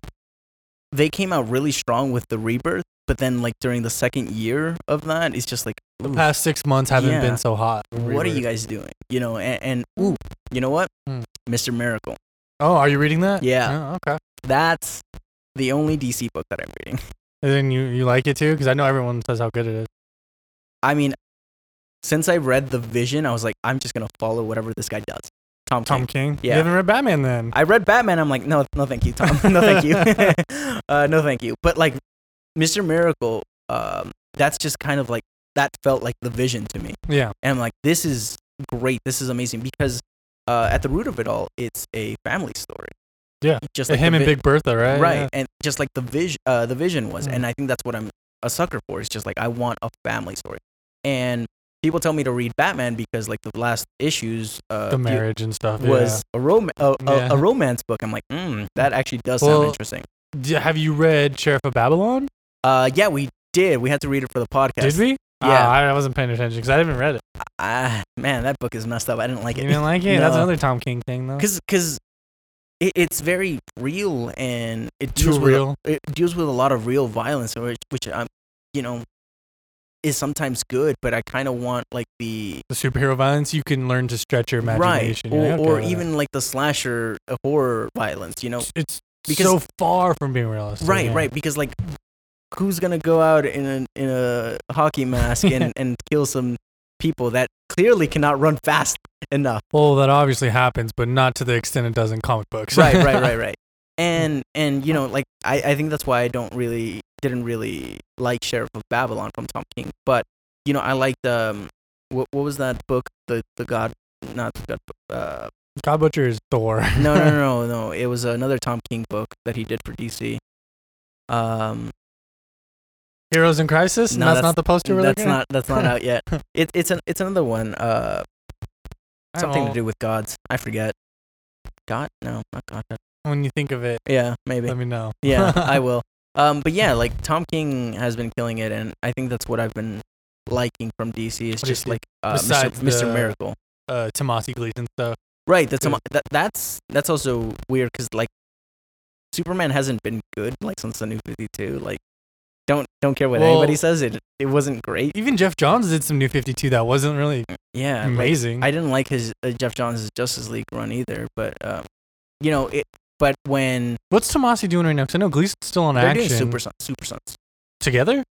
Speaker 2: they came out really strong with the rebirth, but then like during the second year of that, it's just like
Speaker 1: the
Speaker 2: ooh.
Speaker 1: past six months haven't
Speaker 2: Yeah.
Speaker 1: been so hot.
Speaker 2: what are you guys doing? You know, and, and ooh, you know what?
Speaker 1: Hmm.
Speaker 2: Mr. Miracle.
Speaker 1: Oh, are you reading that?
Speaker 2: Yeah.
Speaker 1: Oh, okay.
Speaker 2: That's the only DC book that I'm reading.
Speaker 1: And then you, you like it too? Because I know everyone says how good it is.
Speaker 2: I mean, since I read The Vision, I was like, I'm just gonna follow whatever this guy does. Tom.
Speaker 1: Tom
Speaker 2: King.
Speaker 1: King. You
Speaker 2: Yeah.
Speaker 1: haven't read Batman then.
Speaker 2: I read Batman. I'm like, no, no, thank you, Tom. no, thank you. uh, no, thank you. But like, Mr. Miracle, um, that's just kind of like that felt like The Vision to me.
Speaker 1: yeah.
Speaker 2: and I'm like, this is great. This is amazing because uh, at the root of it all, it's a family story.
Speaker 1: Yeah.
Speaker 2: just
Speaker 1: Him
Speaker 2: the
Speaker 1: and
Speaker 2: vi-
Speaker 1: Big Bertha, right?
Speaker 2: right,
Speaker 1: Yeah.
Speaker 2: and just like the vision, uh, the vision was,
Speaker 1: Mm.
Speaker 2: and I think that's what I'm a sucker for. It's just like I want a family story, and people tell me to read Batman because like the last issues, uh,
Speaker 1: The
Speaker 2: you-
Speaker 1: marriage and stuff.
Speaker 2: was a, rom- a, a,
Speaker 1: Yeah.
Speaker 2: a romance book. I'm like, mm, that actually does sound
Speaker 1: Well-
Speaker 2: interesting.
Speaker 1: yeah. D- Have you read Sheriff of Babylon?
Speaker 2: Uh, yeah, we did. We had to read it for the podcast.
Speaker 1: Did we?
Speaker 2: Yeah.
Speaker 1: Ah, I wasn't paying attention because I haven't read it.
Speaker 2: Ah, man, that book is messed up. I didn't like
Speaker 1: You
Speaker 2: it.
Speaker 1: didn't like it? That's
Speaker 2: No.
Speaker 1: another Tom King thing, though.
Speaker 2: because because it, it's very real and it deals
Speaker 1: Too
Speaker 2: with
Speaker 1: real.
Speaker 2: A, it deals with a lot of real violence, which which I'm you know is sometimes good, but I kind of want like the
Speaker 1: The superhero violence, you can learn to stretch your
Speaker 2: right
Speaker 1: imagination. You're
Speaker 2: or,
Speaker 1: like,
Speaker 2: or
Speaker 1: okay,
Speaker 2: even like the slasher uh, horror violence, you know.
Speaker 1: it's- It's
Speaker 2: because-
Speaker 1: so far from being realistic.
Speaker 2: Right,
Speaker 1: yeah.
Speaker 2: right, because like who's gonna go out in a in a hockey mask and and kill some people that clearly cannot run fast enough.
Speaker 1: Well, that obviously happens, but not to the extent it does in comic books.
Speaker 2: right right right right and and you know like I, I think that's why i don't really didn't really like sheriff of babylon from tom king but you know i liked um what, what was that book the the god not the god uh
Speaker 1: God Butcher is Thor.
Speaker 2: No, no, no, no, no. It was another Tom King book that he did for DC. Um,
Speaker 1: Heroes in Crisis? And
Speaker 2: No,
Speaker 1: that's,
Speaker 2: that's-
Speaker 1: not the poster we're
Speaker 2: that's
Speaker 1: looking at?
Speaker 2: not that's not out yet. It, it's an it's another one. Uh,
Speaker 1: I don't
Speaker 2: something
Speaker 1: know.
Speaker 2: to do with gods. I forget. God? No, not God.
Speaker 1: When you think of it,
Speaker 2: Yeah, maybe.
Speaker 1: let me know.
Speaker 2: yeah, I will. Um, but yeah, like Tom King has been killing it, and I think that's what I've been liking from DC is
Speaker 1: What do you
Speaker 2: just
Speaker 1: see?
Speaker 2: like uh, Mr.
Speaker 1: Besides the-
Speaker 2: Mr. Miracle.
Speaker 1: Uh, Tomasi Gleason stuff.
Speaker 2: Right. That's
Speaker 1: There's-
Speaker 2: that, that's that's also weird because like Superman hasn't been good like since the New Fifty Two. Like don't don't care what
Speaker 1: Well-
Speaker 2: anybody says. It it wasn't great.
Speaker 1: Even Jeff Johns did some New 52 that wasn't really
Speaker 2: Yeah. like,
Speaker 1: amazing.
Speaker 2: I didn't like his uh, Jeff Johns' Justice League run either, but um, you know it. But when
Speaker 1: What's Tomasi doing right now? Because I know Gleason's still on
Speaker 2: they're
Speaker 1: action.
Speaker 2: doing Super Sons, Super Sons,
Speaker 1: Together?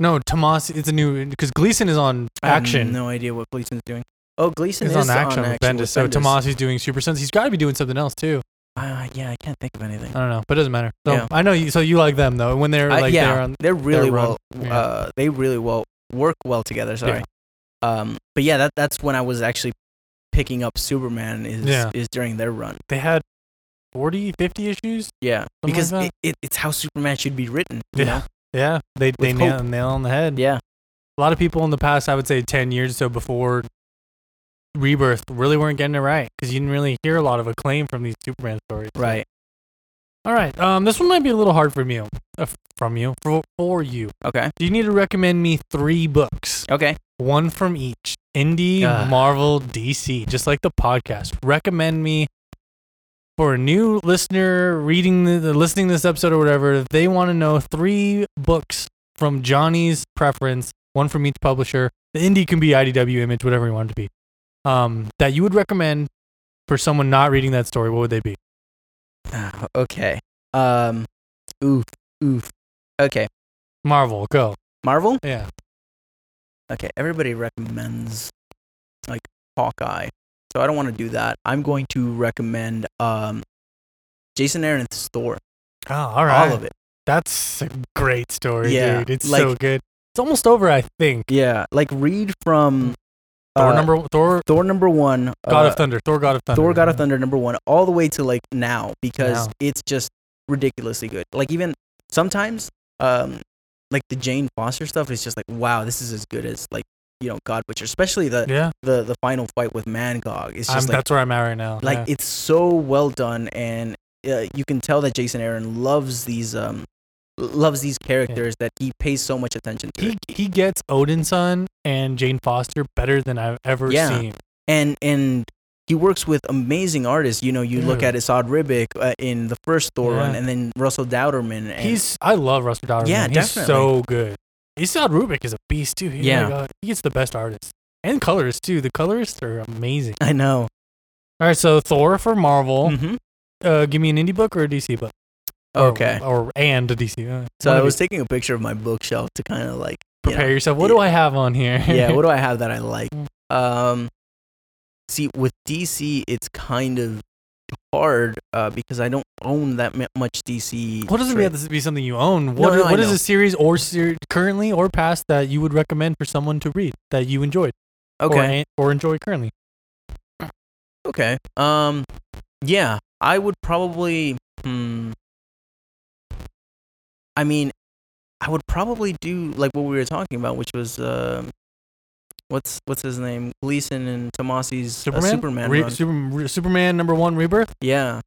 Speaker 1: No, Tomasi, it's a new, because Gleason is on
Speaker 2: I have
Speaker 1: action.
Speaker 2: Um, no idea what Gleason's doing. Oh, Gleason
Speaker 1: He's
Speaker 2: is
Speaker 1: on action, with Bendis.
Speaker 2: with
Speaker 1: So
Speaker 2: Bendis.
Speaker 1: Tomasi's doing Super Sense. He's got to be doing something else too.
Speaker 2: Uh, yeah, I can't think of anything.
Speaker 1: I don't know, but it doesn't matter. So
Speaker 2: Yeah.
Speaker 1: I know you. So you like them though. When they're
Speaker 2: I-
Speaker 1: like
Speaker 2: yeah,
Speaker 1: they're on.
Speaker 2: they're really
Speaker 1: their run.
Speaker 2: well.
Speaker 1: Yeah.
Speaker 2: Uh, they really well work well together. Sorry. Um, but yeah, that that's when I was actually picking up Superman is
Speaker 1: Yeah.
Speaker 2: is during their run.
Speaker 1: They had 40, 50 issues.
Speaker 2: Yeah,
Speaker 1: like
Speaker 2: because
Speaker 1: that?
Speaker 2: it, it, it's how Superman should be written. You
Speaker 1: Yeah. Yeah, they they
Speaker 2: With
Speaker 1: nail,
Speaker 2: hope.
Speaker 1: nail on the head.
Speaker 2: Know? Yeah.
Speaker 1: A lot of people in the past, I would say, ten years or so before Rebirth, really weren't getting it right because you didn't really hear a lot of acclaim from these Superman stories. So-
Speaker 2: Right.
Speaker 1: All right. Um, this one might be a little hard from you. Uh, f- from you for for you.
Speaker 2: Okay.
Speaker 1: Do you need to recommend me three books?
Speaker 2: Okay.
Speaker 1: one from each indie,
Speaker 2: Ah.
Speaker 1: Marvel, DC, just like the podcast. Recommend me for a new listener reading the, the listening to this episode or whatever. If they want to know three books from Johnny's preference, one from each publisher. The indie can be IDW, Image, whatever you want it to be. Um, that you would recommend for someone not reading that story. What would they be?
Speaker 2: Ah, okay. Um, oof, oof. Okay.
Speaker 1: Marvel, go.
Speaker 2: Marvel.
Speaker 1: Yeah.
Speaker 2: Okay. Everybody recommends like Hawkeye, so I don't want to do that. I'm going to recommend um, Jason Aaron's Thor.
Speaker 1: Oh, all
Speaker 2: All of it.
Speaker 1: That's a great story,
Speaker 2: Yeah,
Speaker 1: dude. It's
Speaker 2: like-
Speaker 1: so good. It's almost over, I think.
Speaker 2: Yeah, like read from
Speaker 1: Thor
Speaker 2: uh,
Speaker 1: number Thor
Speaker 2: Thor number one,
Speaker 1: God
Speaker 2: uh,
Speaker 1: of Thunder, Thor God of Thunder.
Speaker 2: Thor God of Thunder number one, all the way to like now because
Speaker 1: Now.
Speaker 2: it's just ridiculously good. Like even sometimes, um, like the Jane Foster stuff is just like wow, this is as good as like you know God Butcher, especially the
Speaker 1: Yeah,
Speaker 2: the, the final fight with Mangog. It's
Speaker 1: I'm,
Speaker 2: just like
Speaker 1: that's where I'm at right now.
Speaker 2: like
Speaker 1: yeah.
Speaker 2: it's so well done and uh, you can tell that Jason Aaron loves these um loves these characters that he pays so much attention to.
Speaker 1: he he gets Odin's son and Jane Foster better than I've ever
Speaker 2: Yeah.
Speaker 1: seen.
Speaker 2: and and he works with amazing artists. You know, you look
Speaker 1: Yeah.
Speaker 2: at Isad Ribic uh, in the first Thor
Speaker 1: Yeah.
Speaker 2: run, and then Russell Dowderman. And
Speaker 1: He's I love Russell Dowder.
Speaker 2: Yeah,
Speaker 1: man. he's
Speaker 2: definitely.
Speaker 1: so good. Isad Rubik is a beast too. He's
Speaker 2: Yeah.
Speaker 1: like, uh, he gets the best artists and colorists too. The colorists are amazing.
Speaker 2: I know.
Speaker 1: All right, so Thor for Marvel.
Speaker 2: Mhm.
Speaker 1: Uh, give me an indie book or a DC book. Or-
Speaker 2: Okay,
Speaker 1: or, and a DC. uh, Oh,
Speaker 2: so
Speaker 1: one
Speaker 2: I
Speaker 1: of
Speaker 2: was
Speaker 1: each.
Speaker 2: taking a picture of my bookshelf to kind of like you know,
Speaker 1: prepare yourself. What do I have on here?
Speaker 2: yeah, what do I have that I like?
Speaker 1: Mm.
Speaker 2: Um, see, with DC, it's kind of hard uh, because I don't own that mu- much DC.
Speaker 1: What doesn't
Speaker 2: trade.
Speaker 1: have to be something you own? What,
Speaker 2: no, I
Speaker 1: what is
Speaker 2: know.
Speaker 1: a series or ser- currently or past that you would recommend for someone to read that you enjoyed or
Speaker 2: Okay,
Speaker 1: en- or, enjoy currently?
Speaker 2: okay. Um, yeah, I would probably. Hmm, I mean, I would probably do like what we were talking about, which was um, what's what's his name, Gleason and Tomasi's
Speaker 1: Superman,
Speaker 2: Uh, Superman
Speaker 1: Re-
Speaker 2: run.
Speaker 1: Super- Re- Superman number one rebirth.
Speaker 2: yeah,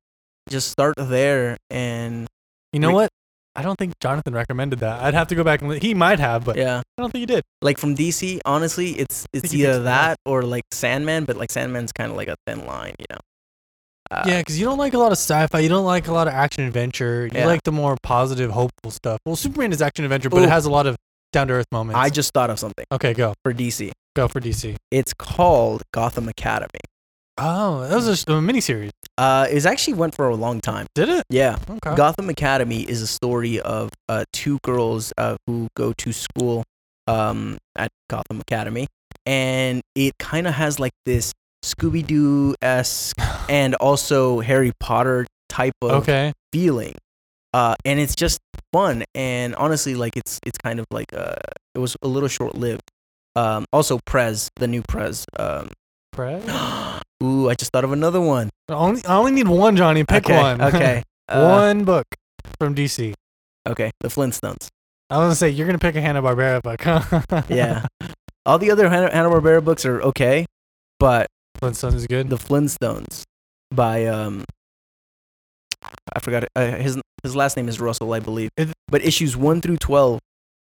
Speaker 2: just start there, and
Speaker 1: You know
Speaker 2: Re-
Speaker 1: what? I don't think Jonathan recommended that. I'd have to go back and li- he might have, but
Speaker 2: yeah.
Speaker 1: I don't think he did.
Speaker 2: like from DC, honestly, it's it's
Speaker 1: think he picks
Speaker 2: either
Speaker 1: it
Speaker 2: that or like Sandman, but like Sandman's kind of like a thin line, you know. Uh,
Speaker 1: yeah, because you don't like a lot of sci-fi. You don't like a lot of action adventure. You
Speaker 2: Yeah.
Speaker 1: like the more positive, hopeful stuff. Well, Superman is action adventure, but it
Speaker 2: Ooh.
Speaker 1: has a lot of down to earth moments.
Speaker 2: I just thought of something
Speaker 1: okay, go
Speaker 2: for DC.
Speaker 1: go for DC.
Speaker 2: It's called Gotham Academy.
Speaker 1: Oh, that was a, sh- a miniseries.
Speaker 2: Uh, it actually went for a long time.
Speaker 1: Did it?
Speaker 2: Yeah,
Speaker 1: Okay.
Speaker 2: Gotham Academy is a story of uh, two girls uh, who go to school um, at Gotham Academy, and it kind of has like this Scooby Doo esque and also Harry Potter type of
Speaker 1: okay.
Speaker 2: feeling uh, and it's just fun and honestly like it's it's kind of like uh, it was a little short lived um, also prez the new prez um,
Speaker 1: Brad?
Speaker 2: Ooh, I just thought of another one.
Speaker 1: I only, I only need one, Johnny. Pick
Speaker 2: okay,
Speaker 1: one.
Speaker 2: Okay. Uh,
Speaker 1: one book from DC.
Speaker 2: Okay. The Flintstones.
Speaker 1: I was gonna say you're gonna pick a Hanna Barbera book. huh?
Speaker 2: Yeah. All the other Hanna Barbera books are okay, but
Speaker 1: Flintstones is good.
Speaker 2: The Flintstones by um, I forgot it- uh, his his last name is Russell, I believe.
Speaker 1: It- Mm.
Speaker 2: But issues one through twelve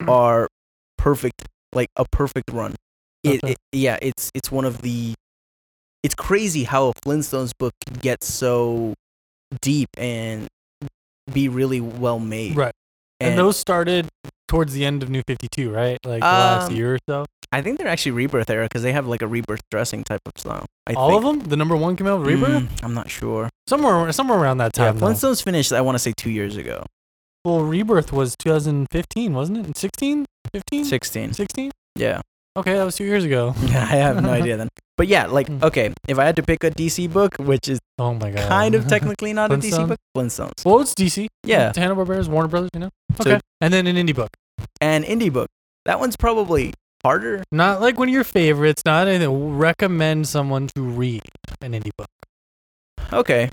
Speaker 2: are perfect, like a perfect run. It,
Speaker 1: Okay.
Speaker 2: it yeah, it's it's one of the. It's crazy how a Flintstones book can get so deep and be really well made.
Speaker 1: right. And, those started towards the end of New Fifty Two, right? Like the last
Speaker 2: Um,
Speaker 1: year or so.
Speaker 2: I think they're actually Rebirth era because they have like a Rebirth dressing type of style. I
Speaker 1: All
Speaker 2: think.
Speaker 1: of them. The number one came out with Rebirth
Speaker 2: Mm, I'm not sure.
Speaker 1: somewhere somewhere around that
Speaker 2: Yeah,
Speaker 1: time. though.
Speaker 2: Flintstones finished. I want to say two years ago,
Speaker 1: well, Rebirth was 2015, wasn't it? 16, 15,
Speaker 2: sixteen.
Speaker 1: 16.
Speaker 2: Yeah.
Speaker 1: Okay, that was two years ago.
Speaker 2: Yeah, I have no idea then. But yeah, like
Speaker 1: Mm.
Speaker 2: okay, if I had to pick a DC book, which is
Speaker 1: Oh my god.
Speaker 2: kind of technically not a
Speaker 1: Flintstone?
Speaker 2: DC book, Flintstones.
Speaker 1: Well, it's DC.
Speaker 2: Yeah.
Speaker 1: It's Hanna Barbera's Warner Brothers, you know.
Speaker 2: So-
Speaker 1: Okay. and then an indie book.
Speaker 2: And indie book. That one's probably harder.
Speaker 1: Not like one of your favorites. Not anything. Recommend someone to read an indie book.
Speaker 2: Okay.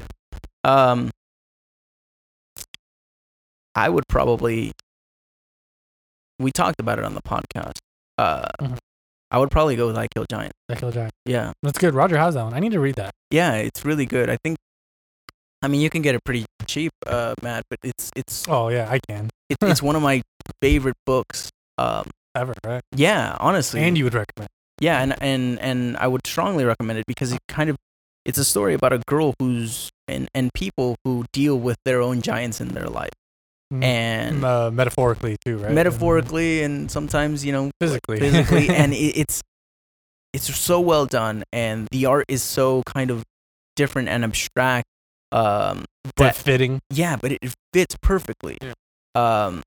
Speaker 2: Um I would probably we talked about it on the podcast. Uh
Speaker 1: Mhm.
Speaker 2: I would probably go with I Kill Giant.
Speaker 1: I Kill a Giant.
Speaker 2: Yeah.
Speaker 1: That's good. Roger has that one. I need to read that.
Speaker 2: Yeah, it's really good. I think I mean you can get it pretty cheap, uh Matt, but it's it's
Speaker 1: Oh yeah, I can.
Speaker 2: it, it's one of my favorite books. Um
Speaker 1: Ever right?
Speaker 2: Yeah, honestly.
Speaker 1: And you would recommend.
Speaker 2: yeah, and and and I would strongly recommend it because it kind of it's a story about a girl who's and and people who deal with their own giants in their life.
Speaker 1: Mm.
Speaker 2: And
Speaker 1: uh, metaphorically too, right? Mm-hmm.
Speaker 2: metaphorically and sometimes, you know,
Speaker 1: Physically.
Speaker 2: physically and it, it's it's so well done and the art is so kind of different and abstract um
Speaker 1: but fitting.
Speaker 2: yeah, but it fits perfectly.
Speaker 1: Yeah.
Speaker 2: Um,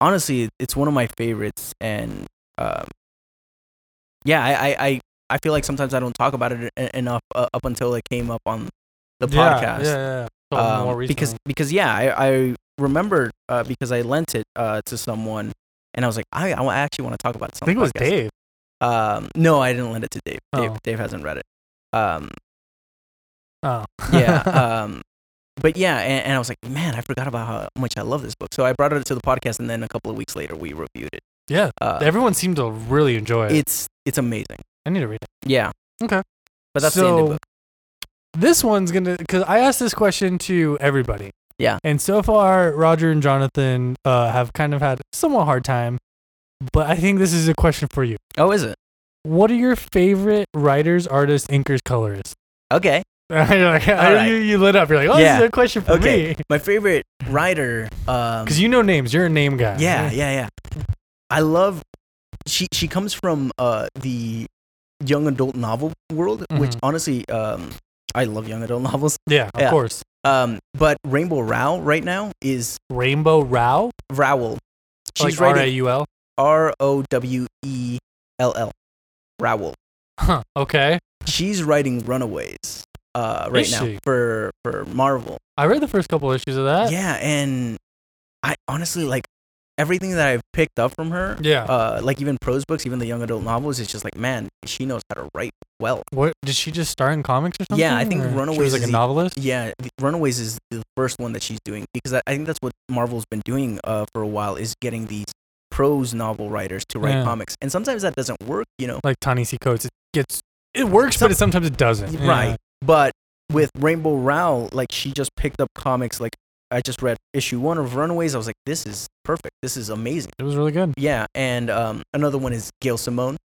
Speaker 2: honestly, it- it's one of my favorites, and um, yeah, I, I, I, I feel like sometimes I don't talk about it e- enough uh, up until it came up on the
Speaker 1: Yeah,
Speaker 2: podcast.
Speaker 1: yeah, yeah. So
Speaker 2: Um,
Speaker 1: more
Speaker 2: because
Speaker 1: recently.
Speaker 2: because yeah, I, I remembered uh, because I lent it uh, to someone, and I was like, I, I actually want to talk about
Speaker 1: I
Speaker 2: something.
Speaker 1: think it was Dave.
Speaker 2: Um, no, I didn't lend it to Dave. Dave,
Speaker 1: Oh.
Speaker 2: Dave hasn't read it. Um,
Speaker 1: Oh.
Speaker 2: yeah um but yeah and, and i was like man i forgot about how much i love this book so i brought it to the podcast and then a couple of weeks later we reviewed it
Speaker 1: yeah.
Speaker 2: uh,
Speaker 1: Everyone seemed to really enjoy it.
Speaker 2: it's it's amazing
Speaker 1: I need to read it.
Speaker 2: yeah
Speaker 1: Okay.
Speaker 2: but that's the
Speaker 1: so,
Speaker 2: end of the book
Speaker 1: This one's gonna because I asked this question to everybody.
Speaker 2: Yeah.
Speaker 1: And so far, Roger and Jonathan uh, have kind of had somewhat hard time, but I think this is a question for you.
Speaker 2: oh is it
Speaker 1: What are your favorite writers, artists, inkers, colorists?
Speaker 2: okay
Speaker 1: You're like,
Speaker 2: right.
Speaker 1: you, you lit up. You're like, oh, this
Speaker 2: Yeah.
Speaker 1: is a question for
Speaker 2: Okay.
Speaker 1: me.
Speaker 2: my favorite writer um
Speaker 1: Because you know names. You're a name guy.
Speaker 2: yeah yeah yeah i love she she comes from uh the young adult novel world which
Speaker 1: Mhm.
Speaker 2: honestly um i love young adult novels
Speaker 1: Yeah, of
Speaker 2: Yeah.
Speaker 1: course.
Speaker 2: um but rainbow rowell right now is
Speaker 1: Rainbow Rao.
Speaker 2: rowell
Speaker 1: like
Speaker 2: she's
Speaker 1: R
Speaker 2: writing
Speaker 1: A U L.
Speaker 2: R O W E L L. Rowell.
Speaker 1: Huh. Okay.
Speaker 2: She's writing Runaways uh, right
Speaker 1: Is
Speaker 2: now
Speaker 1: she?
Speaker 2: for for Marvel.
Speaker 1: I read the first couple issues of that.
Speaker 2: yeah, and I honestly like everything that I've picked up from her.
Speaker 1: Yeah.
Speaker 2: Uh, like even prose books, even the young adult novels, it's just like man, she knows how to write well.
Speaker 1: what did she just start in comics or something?
Speaker 2: Yeah, I think
Speaker 1: or she
Speaker 2: Runaways
Speaker 1: was like a
Speaker 2: is the-
Speaker 1: novelist.
Speaker 2: Yeah, the- Runaways is the first one that she's doing because I, I think that's what Marvel's been doing uh, for a while is getting these prose novel writers to write
Speaker 1: Yeah.
Speaker 2: comics, and sometimes that doesn't work, you know.
Speaker 1: Like Ta-Nehisi Coates, it gets it works, but
Speaker 2: Some-
Speaker 1: it sometimes it doesn't.
Speaker 2: Y- Right. But with Rainbow Rowell, like she just picked up comics. Like I just read issue one of Runaways. I was like, this is perfect. This is amazing.
Speaker 1: Yeah. It was really good.
Speaker 2: Yeah. And um, another one is Gail Simone.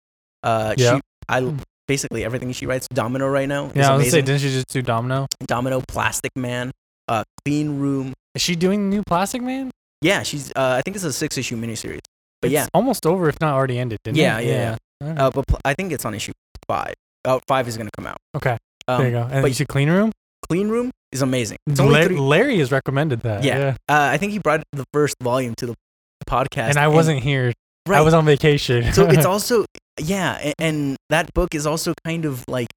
Speaker 2: Uh,
Speaker 1: Yeah.
Speaker 2: She, I basically everything she writes. Domino right now is
Speaker 1: Yeah, I was gonna say,
Speaker 2: amazing.
Speaker 1: didn't she just do Domino?
Speaker 2: Domino, Plastic Man, uh, Clean Room.
Speaker 1: Is she doing new Plastic Man?
Speaker 2: Yeah, she's. Uh, I think it's a six issue miniseries. But
Speaker 1: It's
Speaker 2: yeah,
Speaker 1: almost over, if not already ended. Didn't
Speaker 2: Yeah,
Speaker 1: it?
Speaker 2: yeah, yeah.
Speaker 1: Alright.
Speaker 2: uh, but pl- I think it's on issue five. Uh, five is gonna come out.
Speaker 1: Okay.
Speaker 2: Um,
Speaker 1: there you go. And
Speaker 2: but-
Speaker 1: you see Clean Room.
Speaker 2: Clean Room is amazing. It's only
Speaker 1: La-
Speaker 2: three-
Speaker 1: Larry has recommended that.
Speaker 2: Yeah. Uh, I think he brought the first volume to the podcast,
Speaker 1: And I wasn't here. I
Speaker 2: Right.
Speaker 1: was on vacation.
Speaker 2: so it's also yeah, and, and that book is also kind of like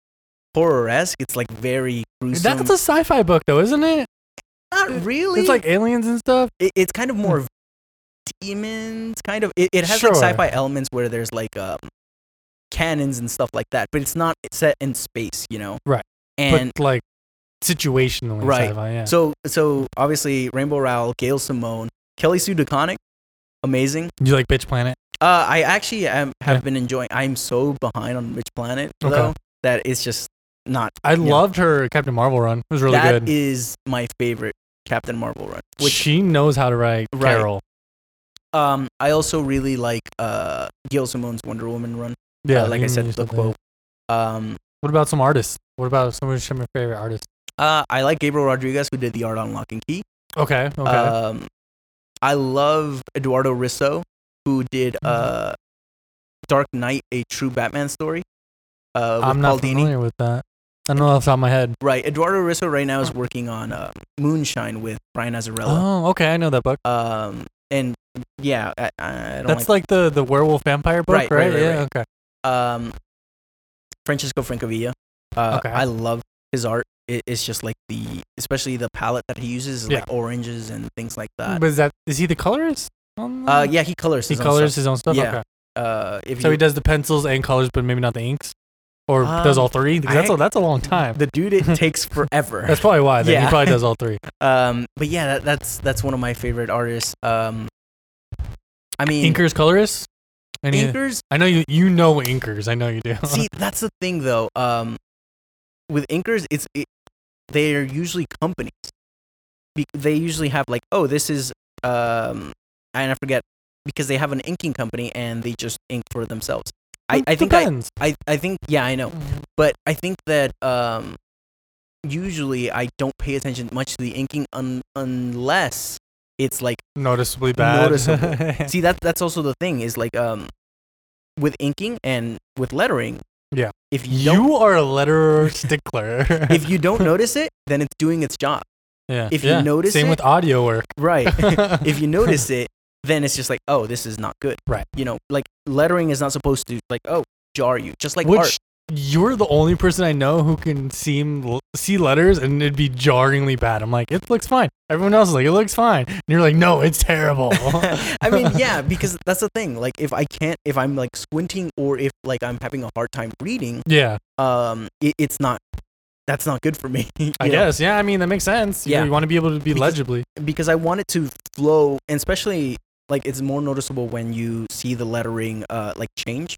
Speaker 2: horror esque. It's like very gruesome.
Speaker 1: that's a sci-fi book though, isn't it?
Speaker 2: not really.
Speaker 1: It's like aliens and stuff.
Speaker 2: It- it's kind of more demons. Kind of it, it has
Speaker 1: Sure.
Speaker 2: like sci-fi elements where there's like um, cannons and stuff like that, but it's not set in space. You know.
Speaker 1: Right.
Speaker 2: and
Speaker 1: but like situationally in
Speaker 2: Right.
Speaker 1: sci-fi, yeah.
Speaker 2: so so obviously Rainbow Rowell, Gail Simone, Kelly Sue DeConnick, amazing.
Speaker 1: you like Bitch Planet?
Speaker 2: Uh, I actually am, have
Speaker 1: Yeah.
Speaker 2: been enjoying. I'm so behind on Rich Planet
Speaker 1: Okay.
Speaker 2: though that it's just not.
Speaker 1: I
Speaker 2: Yeah.
Speaker 1: loved her Captain Marvel run. It was really
Speaker 2: That is
Speaker 1: good.
Speaker 2: my favorite Captain Marvel run. Which
Speaker 1: she knows how to write
Speaker 2: Right.
Speaker 1: Carol.
Speaker 2: um, I also really like uh Gail Simone's Wonder Woman run.
Speaker 1: Yeah,
Speaker 2: uh, like
Speaker 1: you
Speaker 2: I said,
Speaker 1: used
Speaker 2: the
Speaker 1: to do that.
Speaker 2: quote. Um,
Speaker 1: What about some artists? What about some of some of your favorite artists?
Speaker 2: uh, I like Gabriel Rodriguez who did the art on Lock and Key.
Speaker 1: Okay, okay.
Speaker 2: Um, I love Eduardo Risso, who did
Speaker 1: Mm-hmm.
Speaker 2: uh, Dark Knight: A True Batman Story. Uh, with
Speaker 1: I'm not
Speaker 2: Paul Dini.
Speaker 1: familiar with that. I don't know off the top of my head.
Speaker 2: Right, Eduardo Risso right now is working on uh, Moonshine with Brian Azzarello.
Speaker 1: Oh, okay. I know that book.
Speaker 2: Um, and yeah, I, I don't
Speaker 1: That's
Speaker 2: like,
Speaker 1: like, the the werewolf vampire book, right?
Speaker 2: Right, right, right,
Speaker 1: yeah.
Speaker 2: right.
Speaker 1: Okay.
Speaker 2: um, Francisco Francavilla. Uh,
Speaker 1: Okay.
Speaker 2: I love his art. It, it's just like the, especially the palette that he uses, is
Speaker 1: Yeah.
Speaker 2: like oranges and things like that.
Speaker 1: But is that is he the colorist? on
Speaker 2: uh,
Speaker 1: that?
Speaker 2: yeah, he colors.
Speaker 1: Mm-hmm. He
Speaker 2: his own stuff.
Speaker 1: colors his own stuff.
Speaker 2: Yeah.
Speaker 1: Okay.
Speaker 2: Uh, if
Speaker 1: So
Speaker 2: you,
Speaker 1: he does the pencils and colors, but maybe not the inks, or does
Speaker 2: Um,
Speaker 1: all three? 'Cause that's a,
Speaker 2: I-
Speaker 1: that's a long time.
Speaker 2: the dude, it takes forever.
Speaker 1: That's probably why. Then he
Speaker 2: Yeah.
Speaker 1: probably does all three.
Speaker 2: Um, but yeah, that, that's that's one of my favorite artists. Um, I mean,
Speaker 1: Inkers, colorists. Any,
Speaker 2: inkers.
Speaker 1: I know you you know inkers. I know you do.
Speaker 2: see, that's the thing though. Um, with inkers, it's it, they are usually companies. Be- they usually have like, oh, this is um, and I forget because they have an inking company and they just ink for themselves. I, I think I,
Speaker 1: depends.
Speaker 2: I I think yeah I know, but I think that um, usually I don't pay attention much to the inking un- unless it's like.
Speaker 1: noticeably bad.
Speaker 2: Noticeable. see that that's also the thing is like um with inking and with lettering
Speaker 1: Yeah.
Speaker 2: if you, don't
Speaker 1: you are a letterer stickler.
Speaker 2: if you don't notice it then it's doing its job
Speaker 1: yeah.
Speaker 2: if you
Speaker 1: yeah.
Speaker 2: notice
Speaker 1: same
Speaker 2: it-
Speaker 1: with audio work.
Speaker 2: right if you notice it then it's just like oh this is not good
Speaker 1: Right.
Speaker 2: you know like lettering is not supposed to like oh jar you just like
Speaker 1: Which
Speaker 2: art
Speaker 1: you're the only person I know who can seem see letters and it'd be jarringly bad. I'm like, it looks fine. Everyone else is like, it looks fine. And you're like, no, it's terrible.
Speaker 2: i mean yeah because that's the thing like if i can't if i'm like squinting or if like i'm having a hard time reading
Speaker 1: yeah,
Speaker 2: um it, it's not that's not good for me you
Speaker 1: I
Speaker 2: know?
Speaker 1: guess. Yeah, I mean that makes sense. Yeah,
Speaker 2: Yeah.
Speaker 1: you, want to be able to be
Speaker 2: Because-
Speaker 1: legibly.
Speaker 2: because I want it to flow, and especially like it's more noticeable when you see the lettering uh like change,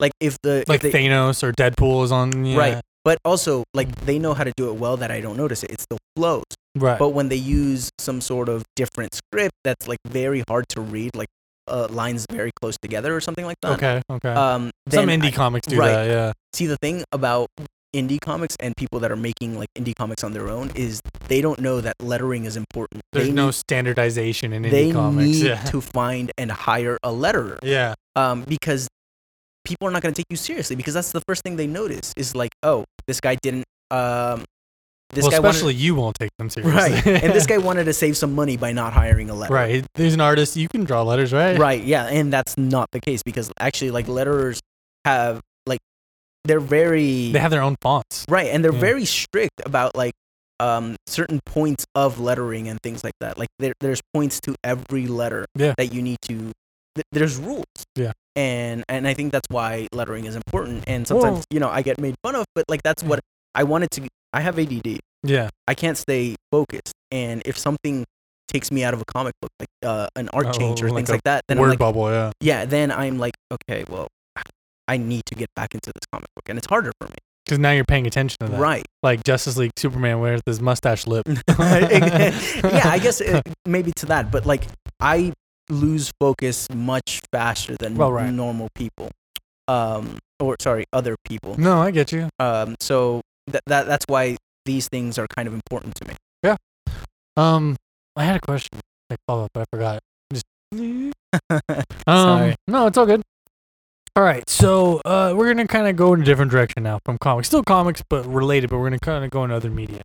Speaker 2: like if the if
Speaker 1: Like
Speaker 2: they-
Speaker 1: Thanos or Deadpool is on. Yeah,
Speaker 2: right, but also like they know how to do it well that I don't notice it. It still flows,
Speaker 1: right.
Speaker 2: but when they use some sort of different script that's like very hard to read, like uh, lines very close together or something like that.
Speaker 1: okay, okay.
Speaker 2: Um,
Speaker 1: Some
Speaker 2: uh, then
Speaker 1: indie
Speaker 2: I-
Speaker 1: comics do
Speaker 2: right.
Speaker 1: that. Yeah.
Speaker 2: see the thing about indie comics and people that are making like indie comics on their own is they don't know that lettering is important.
Speaker 1: There's
Speaker 2: they
Speaker 1: no standardization in indie
Speaker 2: they
Speaker 1: comics.
Speaker 2: need
Speaker 1: Yeah.
Speaker 2: to find and hire a letterer
Speaker 1: yeah.
Speaker 2: um, because people are not going to take you seriously because that's the first thing they notice is like oh this guy didn't um, this
Speaker 1: well,
Speaker 2: guy
Speaker 1: especially you won't take them
Speaker 2: wanted,
Speaker 1: seriously.
Speaker 2: right and this guy wanted to save some money by not hiring a letterer
Speaker 1: right. He's an artist. You can draw letters, right?
Speaker 2: right yeah and that's not the case because actually like letterers have like they're very
Speaker 1: They have their own fonts.
Speaker 2: right and they're
Speaker 1: Yeah.
Speaker 2: very strict about like um, certain points of lettering and things like that like there, there's points to every letter
Speaker 1: Yeah.
Speaker 2: that you need to th- there's rules
Speaker 1: Yeah.
Speaker 2: and and i think that's why lettering is important and sometimes
Speaker 1: Well-
Speaker 2: you know i get made fun of but like that's what i wanted to i have add
Speaker 1: Yeah.
Speaker 2: i can't stay focused and if something takes me out of a comic book like uh, an art
Speaker 1: Oh,
Speaker 2: change or
Speaker 1: like
Speaker 2: things
Speaker 1: a
Speaker 2: like that then i'm
Speaker 1: Word
Speaker 2: like
Speaker 1: bubble. Yeah.
Speaker 2: yeah then i'm like okay well i need to get back into this comic book and it's harder for me
Speaker 1: Because now you're paying attention to that.
Speaker 2: right
Speaker 1: Like Justice League Superman with his mustache lip.
Speaker 2: yeah, I guess it, maybe to that, but like I lose focus much faster than
Speaker 1: Well, right.
Speaker 2: normal people, um, or sorry, other people.
Speaker 1: No, I get you.
Speaker 2: Um, so that that that's why these things are kind of important to me.
Speaker 1: Um, I had a question. Like follow up, but I forgot. Just. Um,
Speaker 2: Sorry.
Speaker 1: No, it's all good. All right, so uh, we're gonna kind of go in a different direction now from comics, still comics, but related. But we're gonna kind of go in other media.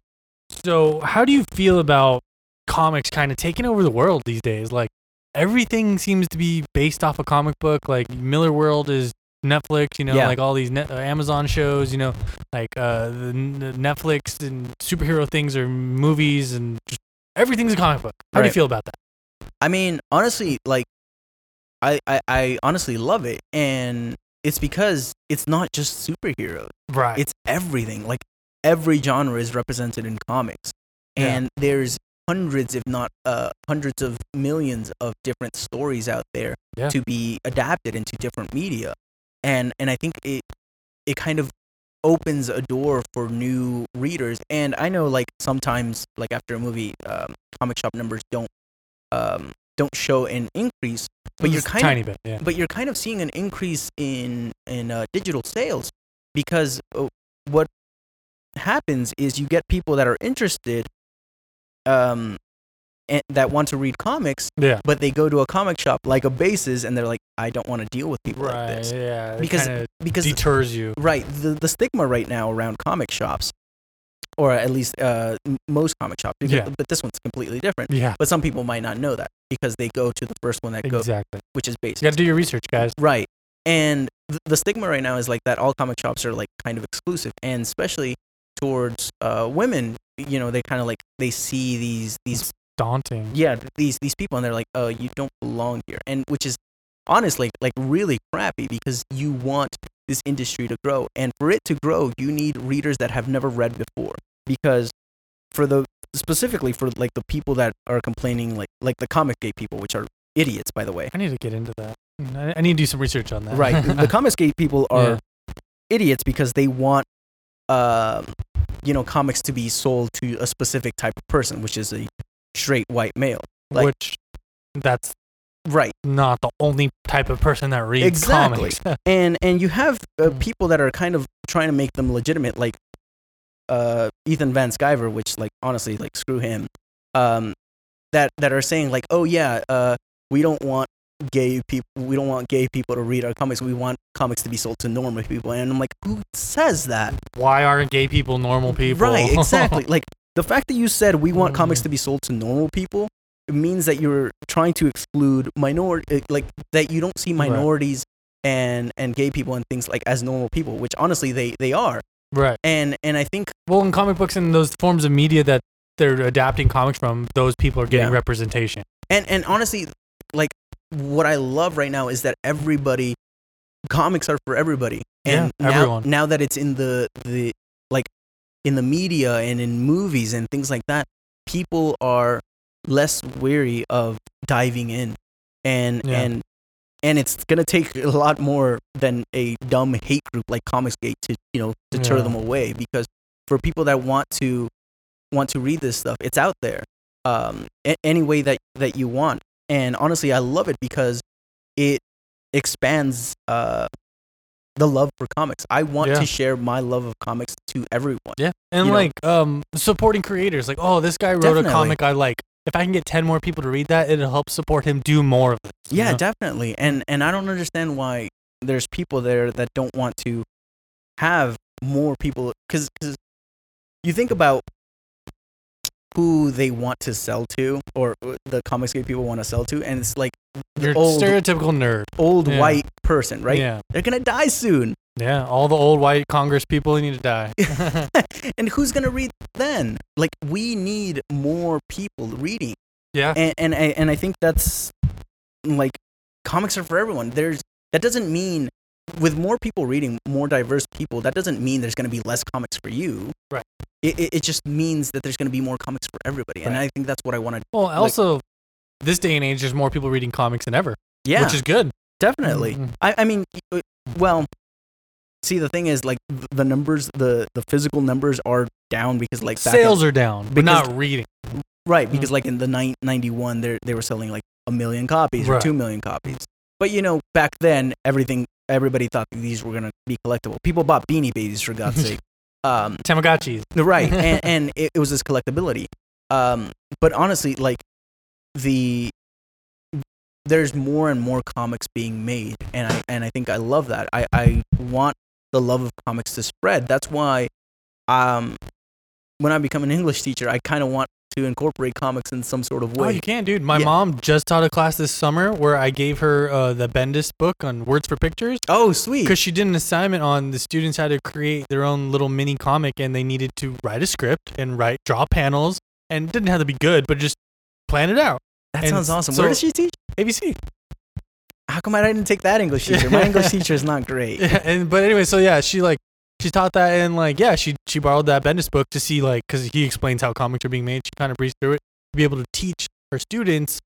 Speaker 1: So, how do you feel about comics kind of taking over the world these days? Like everything seems to be based off a comic book. Like Miller World is Netflix, you know,
Speaker 2: Yeah.
Speaker 1: like all these net, uh, Amazon shows, you know, like uh, the, n- the Netflix and superhero things are movies and just everything's a comic book. How do you
Speaker 2: Right.
Speaker 1: feel about that?
Speaker 2: I mean, honestly, like I, I I honestly love it, and it's because it's not just superheroes;
Speaker 1: Right.
Speaker 2: it's everything. Like every genre is represented in comics,
Speaker 1: Yeah.
Speaker 2: and there's hundreds, if not uh, hundreds of millions of different stories out there
Speaker 1: Yeah.
Speaker 2: to be adapted into different media, and and I think it it kind of opens a door for new readers. And I know like sometimes like after a movie, um, comic shop numbers don't um, don't show an increase, but you're
Speaker 1: Just a
Speaker 2: kind of
Speaker 1: tiny bit. Yeah.
Speaker 2: but you're kind of seeing an increase in in uh, digital sales because uh, what happens is you get people that are interested um and that want to read comics
Speaker 1: Yeah.
Speaker 2: but they go to a comic shop like a basis and they're like i don't want to deal with people like
Speaker 1: Right.
Speaker 2: this
Speaker 1: Yeah. It
Speaker 2: Because-
Speaker 1: kinda
Speaker 2: because
Speaker 1: deters you.
Speaker 2: right the, the stigma right now around comic shops or at least uh, m- most comic shops because,
Speaker 1: Yeah.
Speaker 2: but this one's completely different
Speaker 1: Yeah.
Speaker 2: but some people might not know that because they go to the first one that goes
Speaker 1: Exactly.
Speaker 2: which is basic
Speaker 1: You got to do your research, guys.
Speaker 2: Right. And th- the stigma right now is like that all comic shops are like kind of exclusive and especially towards uh, women, you know, they kind of like they see these these
Speaker 1: Daunting.
Speaker 2: yeah, these these people and they're like, "Oh, you don't belong here." And which is honestly like really crappy because you want this industry to grow and for it to grow, you need readers that have never read before because for the specifically for like the people that are complaining like like the comic gay people which are idiots by the way
Speaker 1: I need to get into that. I- I need to do some research on that.
Speaker 2: right the comics gate people are
Speaker 1: Yeah.
Speaker 2: idiots because they want um you know comics to be sold to a specific type of person which is a straight white male like-
Speaker 1: Which that's
Speaker 2: right
Speaker 1: not the only type of person that reads
Speaker 2: Exactly.
Speaker 1: comics.
Speaker 2: and and you have uh,
Speaker 1: Mm.
Speaker 2: people that are kind of trying to make them legitimate like uh ethan van sciver which like honestly like screw him um that that are saying like oh yeah uh we don't want gay people we don't want gay people to read our comics we want comics to be sold to normal people and i'm like who says that
Speaker 1: Why aren't gay people normal people?
Speaker 2: Right, exactly. like the fact that you said we want comics
Speaker 1: Mm.
Speaker 2: to be sold to normal people it means that you're trying to exclude minority like that you don't see
Speaker 1: Right.
Speaker 2: minorities and and gay people and things like as normal people, which honestly they they are.
Speaker 1: right.
Speaker 2: And and I think
Speaker 1: Well, in comic books and those forms of media that they're adapting comics from, those people are getting
Speaker 2: Yeah.
Speaker 1: representation.
Speaker 2: and and honestly like what I love right now is that everybody comics are for everybody.
Speaker 1: Yeah,
Speaker 2: And now,
Speaker 1: everyone.
Speaker 2: now that it's in the the like in the media and in movies and things like that, people are less weary of diving in. And
Speaker 1: Yeah.
Speaker 2: and and it's gonna take a lot more than a dumb hate group like Comics Gate to, you know, deter
Speaker 1: Yeah.
Speaker 2: them away because for people that want to want to read this stuff, it's out there. Um a- any way that, that you want. And honestly I love it because it expands uh the love for comics. I want
Speaker 1: Yeah.
Speaker 2: to share my love of comics to everyone.
Speaker 1: Yeah. And
Speaker 2: You know-
Speaker 1: like um supporting creators, like, oh, this guy wrote
Speaker 2: Definitely.
Speaker 1: a comic I like. If I can get 10 more people to read that, it'll help support him do more of it.
Speaker 2: Yeah,
Speaker 1: know?
Speaker 2: definitely. And and I don't understand why there's people there that don't want to have more people cuz you think about who they want to sell to or uh, the comics gate people want to sell to and it's like
Speaker 1: Your
Speaker 2: old-
Speaker 1: stereotypical nerd.
Speaker 2: old
Speaker 1: Yeah.
Speaker 2: white person, right?
Speaker 1: Yeah.
Speaker 2: They're going to die soon.
Speaker 1: Yeah. All the old white Congress people they need to die.
Speaker 2: and who's going to read then? Like we need more people reading.
Speaker 1: Yeah.
Speaker 2: and and I, and I think that's like comics are for everyone. There's that doesn't mean with more people reading, more diverse people, that doesn't mean there's going to be less comics for you.
Speaker 1: Right.
Speaker 2: It, it, it just means that there's going to be more comics for everybody, and
Speaker 1: Right.
Speaker 2: I think that's what I want to.
Speaker 1: Well, also, this day and age, there's more people reading comics than ever,
Speaker 2: Yeah,
Speaker 1: which is good.
Speaker 2: definitely.
Speaker 1: Mhm.
Speaker 2: I, I mean, y- well, see, the thing is, like th- the numbers, the the physical numbers are down because like back in-
Speaker 1: Sales are down, but
Speaker 2: because-
Speaker 1: not reading.
Speaker 2: Right, because like in the nine ninety one, they they were selling like a million copies or
Speaker 1: Right.
Speaker 2: two million copies. But you know, back then, everything everybody thought that these were gonna be collectible. People bought Beanie Babies for God's sake. Um,
Speaker 1: Tamagotchis.
Speaker 2: right, and, and it, it was this collectability. Um, but honestly, like the there's more and more comics being made, and I and I think I love that. I I want the love of comics to spread. That's why, um, when I become an English teacher, I kind of want to incorporate comics in some sort of
Speaker 1: Oh,
Speaker 2: way.
Speaker 1: you can, dude. My
Speaker 2: Yeah.
Speaker 1: mom just taught a class this summer where I gave her uh, the Bendis book on words for pictures
Speaker 2: Oh, sweet.
Speaker 1: because she did an assignment on the students had to create their own little mini comic and they needed to write a script and write draw panels and it didn't have to be good, but just plan it out.
Speaker 2: That
Speaker 1: and
Speaker 2: sounds awesome.
Speaker 1: so-
Speaker 2: Where does she teach?
Speaker 1: ABC.
Speaker 2: How come I didn't take that English teacher? My English teacher is not great.
Speaker 1: Yeah, and but anyway, so yeah, she like she taught that in like yeah she she borrowed that Bendis book to see like because he explains how comics are being made. She kind of breezed through it to be able to teach her students.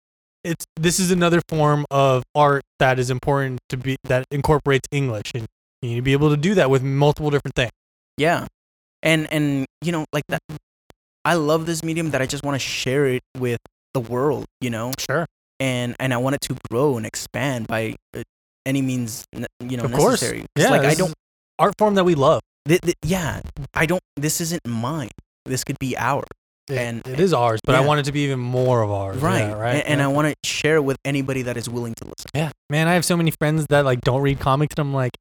Speaker 1: It's this is another form of art that is important to be that incorporates English and you need to be able to do that with multiple different things.
Speaker 2: yeah and and you know like that i love this medium that i just want to share it with the world you know
Speaker 1: Sure.
Speaker 2: and and i want it to grow and expand by uh, any means ne- you know
Speaker 1: Of course.
Speaker 2: necessary 'Cause,
Speaker 1: Yeah,
Speaker 2: like i
Speaker 1: this
Speaker 2: don't
Speaker 1: is art form that we love.
Speaker 2: th- th- yeah i don't this isn't mine this could be ours
Speaker 1: It-
Speaker 2: And-
Speaker 1: it is ours, but I
Speaker 2: yeah.
Speaker 1: want it to be even more of ours.
Speaker 2: right
Speaker 1: Yeah, right.
Speaker 2: and, and
Speaker 1: yeah.
Speaker 2: i want to share it with anybody that is willing to listen
Speaker 1: Yeah, man, I have so many friends that like don't read comics, and I'm like,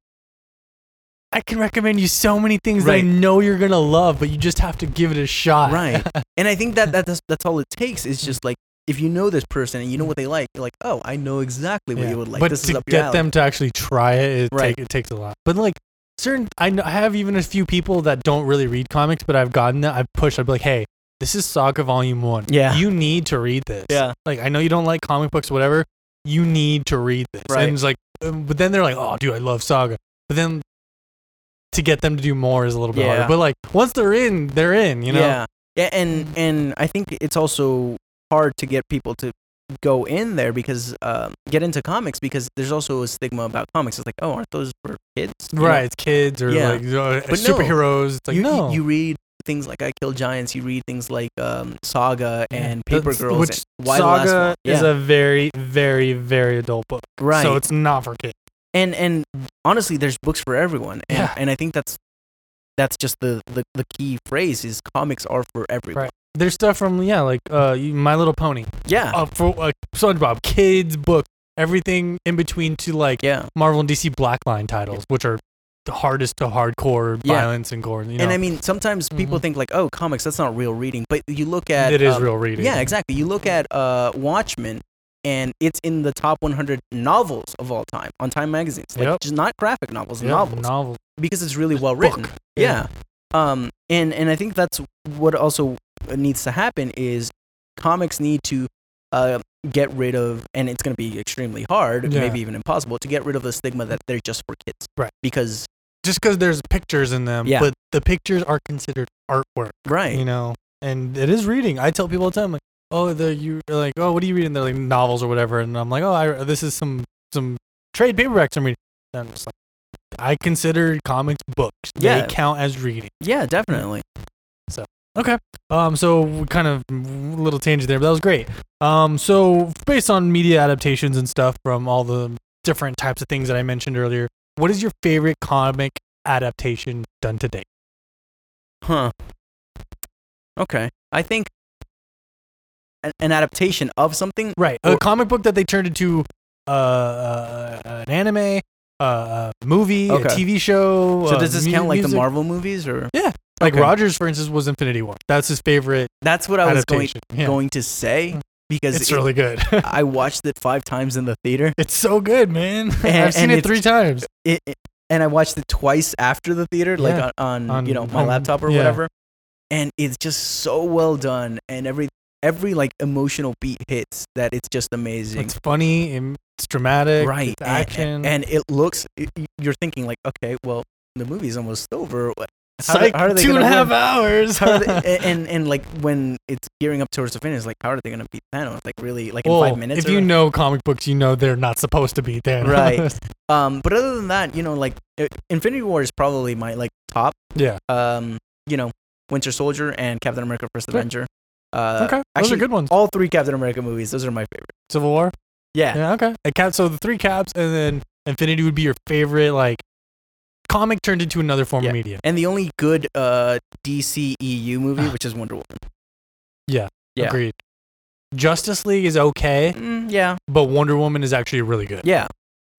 Speaker 1: I can recommend you so many things
Speaker 2: Right.
Speaker 1: that I know you're gonna love, but you just have to give it a shot.
Speaker 2: right and i think that, that that's, that's all it takes
Speaker 1: Mm.
Speaker 2: is just like if you know this person and you know what they like you're like oh i know exactly what
Speaker 1: Yeah.
Speaker 2: you would like
Speaker 1: but
Speaker 2: this
Speaker 1: to
Speaker 2: is up your
Speaker 1: get
Speaker 2: alley.
Speaker 1: them to actually try it, it,
Speaker 2: Right.
Speaker 1: take, it takes a lot. But like certain, I, know, I have even a few people that don't really read comics, but I've gotten that. I've pushed. I'd be like, hey, this is Saga Volume One.
Speaker 2: Yeah.
Speaker 1: you need to read this.
Speaker 2: yeah
Speaker 1: like I know you don't like comic books, whatever. You need to read this.
Speaker 2: Right.
Speaker 1: And it's like, um, but then they're like, oh, dude, I love Saga. But then to get them to do more is a little bit harder.
Speaker 2: Yeah.
Speaker 1: But like once they're in, they're in. You know. Mm-hmm.
Speaker 2: yeah yeah and and i think it's also hard to get people to go in there because um, get into comics because there's also a stigma about comics it's like oh aren't those for kids You know?
Speaker 1: Right, it's kids or
Speaker 2: Yeah.
Speaker 1: like uh,
Speaker 2: no,
Speaker 1: superheroes. It's like
Speaker 2: you, you-
Speaker 1: no,
Speaker 2: you read things like I Kill Giants. You read things like um, Saga
Speaker 1: Yeah.
Speaker 2: and Paper
Speaker 1: That's-
Speaker 2: Girls.
Speaker 1: Which
Speaker 2: and Why the Last
Speaker 1: Saga
Speaker 2: One.
Speaker 1: is
Speaker 2: Yeah.
Speaker 1: a very, very, very adult book.
Speaker 2: right.
Speaker 1: So it's not for kids.
Speaker 2: and and honestly, there's books for everyone. And,
Speaker 1: Yeah.
Speaker 2: and I think that's that's just the, the the key phrase is comics are for everyone.
Speaker 1: Right. There's stuff from yeah, like uh, you- My Little Pony,
Speaker 2: Yeah.
Speaker 1: uh, for uh, SpongeBob, kids book, everything in between to like
Speaker 2: Yeah.
Speaker 1: Marvel and DC Blackline titles, which are the hardest to hardcore
Speaker 2: Yeah.
Speaker 1: violence and gore. You know,
Speaker 2: And I mean, sometimes people
Speaker 1: Mhm.
Speaker 2: think like, oh, comics, that's not real reading. But you look at
Speaker 1: it is
Speaker 2: um,
Speaker 1: real reading.
Speaker 2: Yeah, exactly. You look at uh, Watchmen, and it's in the top 100 novels of all time on Time magazines. Like,
Speaker 1: Yep.
Speaker 2: just not graphic novels,
Speaker 1: Yeah,
Speaker 2: novels,
Speaker 1: novel.
Speaker 2: because it's really well
Speaker 1: book.
Speaker 2: written.
Speaker 1: Yeah.
Speaker 2: Yeah. Um. And and I think that's what also needs to happen is comics need to uh get rid of, and it's going to be extremely hard,
Speaker 1: Yeah.
Speaker 2: maybe even impossible, to get rid of the stigma that they're just for kids.
Speaker 1: Right.
Speaker 2: Because
Speaker 1: Just because there's pictures in them,
Speaker 2: Yeah.
Speaker 1: but the pictures are considered artwork.
Speaker 2: right.
Speaker 1: You know, and it is reading. I tell people all the time, like, oh, the you they're like, oh, what are you reading? They're like novels or whatever, and I'm like, oh, I, this is some some trade paperbacks I'm reading. And I'm just like, I consider comics books.
Speaker 2: Yeah.
Speaker 1: They count as reading.
Speaker 2: Yeah, definitely.
Speaker 1: Um, so we kind of little tangent there, but that was great. Um, so based on media adaptations and stuff from all the different types of things that I mentioned earlier, what is your favorite comic adaptation done to date?
Speaker 2: Huh. Okay. I think an, an adaptation of something.
Speaker 1: Right,
Speaker 2: Or-
Speaker 1: a comic book that they turned into uh, uh, an anime, uh, a movie,
Speaker 2: Okay.
Speaker 1: a TV show.
Speaker 2: So
Speaker 1: uh,
Speaker 2: does this
Speaker 1: mu-
Speaker 2: count like the
Speaker 1: music.
Speaker 2: Marvel movies or?
Speaker 1: Like
Speaker 2: okay.
Speaker 1: Rogers, for instance, was Infinity War. That's his favorite
Speaker 2: That's what I was going
Speaker 1: adaptation. Yeah. Hmm.
Speaker 2: going to say because
Speaker 1: it's
Speaker 2: it- Uh,
Speaker 1: really good.
Speaker 2: I watched it five times in the theater,
Speaker 1: it's so good, man. I've
Speaker 2: And-
Speaker 1: seen
Speaker 2: and
Speaker 1: it
Speaker 2: it's-
Speaker 1: three times.
Speaker 2: it, it- and I watched it twice after the theater, like
Speaker 1: Yeah.
Speaker 2: on, on,
Speaker 1: On-
Speaker 2: you know my
Speaker 1: on-
Speaker 2: laptop or
Speaker 1: yeah.
Speaker 2: whatever. And it's just so well done, and every every like emotional beat hits that it's just amazing.
Speaker 1: It's funny. and It's dramatic.
Speaker 2: right
Speaker 1: It's
Speaker 2: and-
Speaker 1: action.
Speaker 2: and, it looks y- y- you're thinking like okay well the movie's almost over what- how,
Speaker 1: Psych,
Speaker 2: do- how are they
Speaker 1: two and a
Speaker 2: gonna
Speaker 1: half
Speaker 2: win?
Speaker 1: hours.
Speaker 2: How are they- a- and and like when it's gearing up towards the finish like how are they gonna beat Thanos like really like in
Speaker 1: Well,
Speaker 2: five minutes
Speaker 1: if
Speaker 2: or
Speaker 1: you
Speaker 2: what?
Speaker 1: know comic books, you know they're not supposed to be there.
Speaker 2: Right. um but other than that you know like I- Infinity War is probably my like top
Speaker 1: yeah.
Speaker 2: um you know Winter Soldier and Captain America First
Speaker 1: Sure.
Speaker 2: Avenger uh
Speaker 1: Okay. Those are
Speaker 2: actually-
Speaker 1: good ones.
Speaker 2: all three Captain America movies those are my favorite
Speaker 1: Civil War.
Speaker 2: yeah
Speaker 1: Yeah. Okay. A cap. So the three caps, and then Infinity would be your favorite, like comic turned into another form
Speaker 2: Yeah.
Speaker 1: of media.
Speaker 2: and the only good uh DC EU movie which is Wonder Woman Yeah.
Speaker 1: Agreed. Justice League is okay,
Speaker 2: Mm, yeah
Speaker 1: but Wonder Woman is actually really good.
Speaker 2: yeah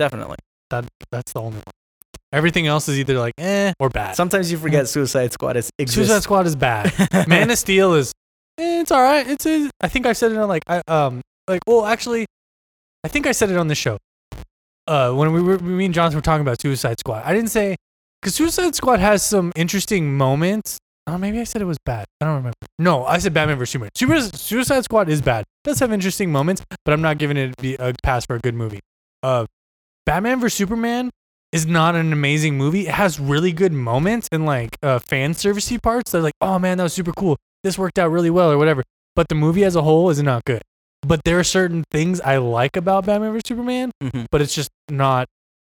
Speaker 2: definitely
Speaker 1: That's the only one. Everything else is either like eh or bad.
Speaker 2: Sometimes you forget Suicide Squad is exists.
Speaker 1: Suicide Squad is bad. Man of Steel is eh, it's all right. It's a, I think I said it on like I um like well actually I think I said it on the show. Uh when we were me and Johnson were talking about Suicide Squad. I didn't say cuz Suicide Squad has some interesting moments. Oh, maybe I said it was bad. I don't remember. No, I said Batman vs Superman. Super, Suicide Squad is bad. It does have interesting moments, but I'm not giving it a- a pass for a good movie. Uh, Batman vs Superman is not an amazing movie. It has really good moments and like uh, fan servicey parts. They're like, oh man, that was super cool. This worked out really well or whatever. But the movie as a whole is not good. But there are certain things I like about Batman vs Superman,
Speaker 2: Mhm.
Speaker 1: but it's just not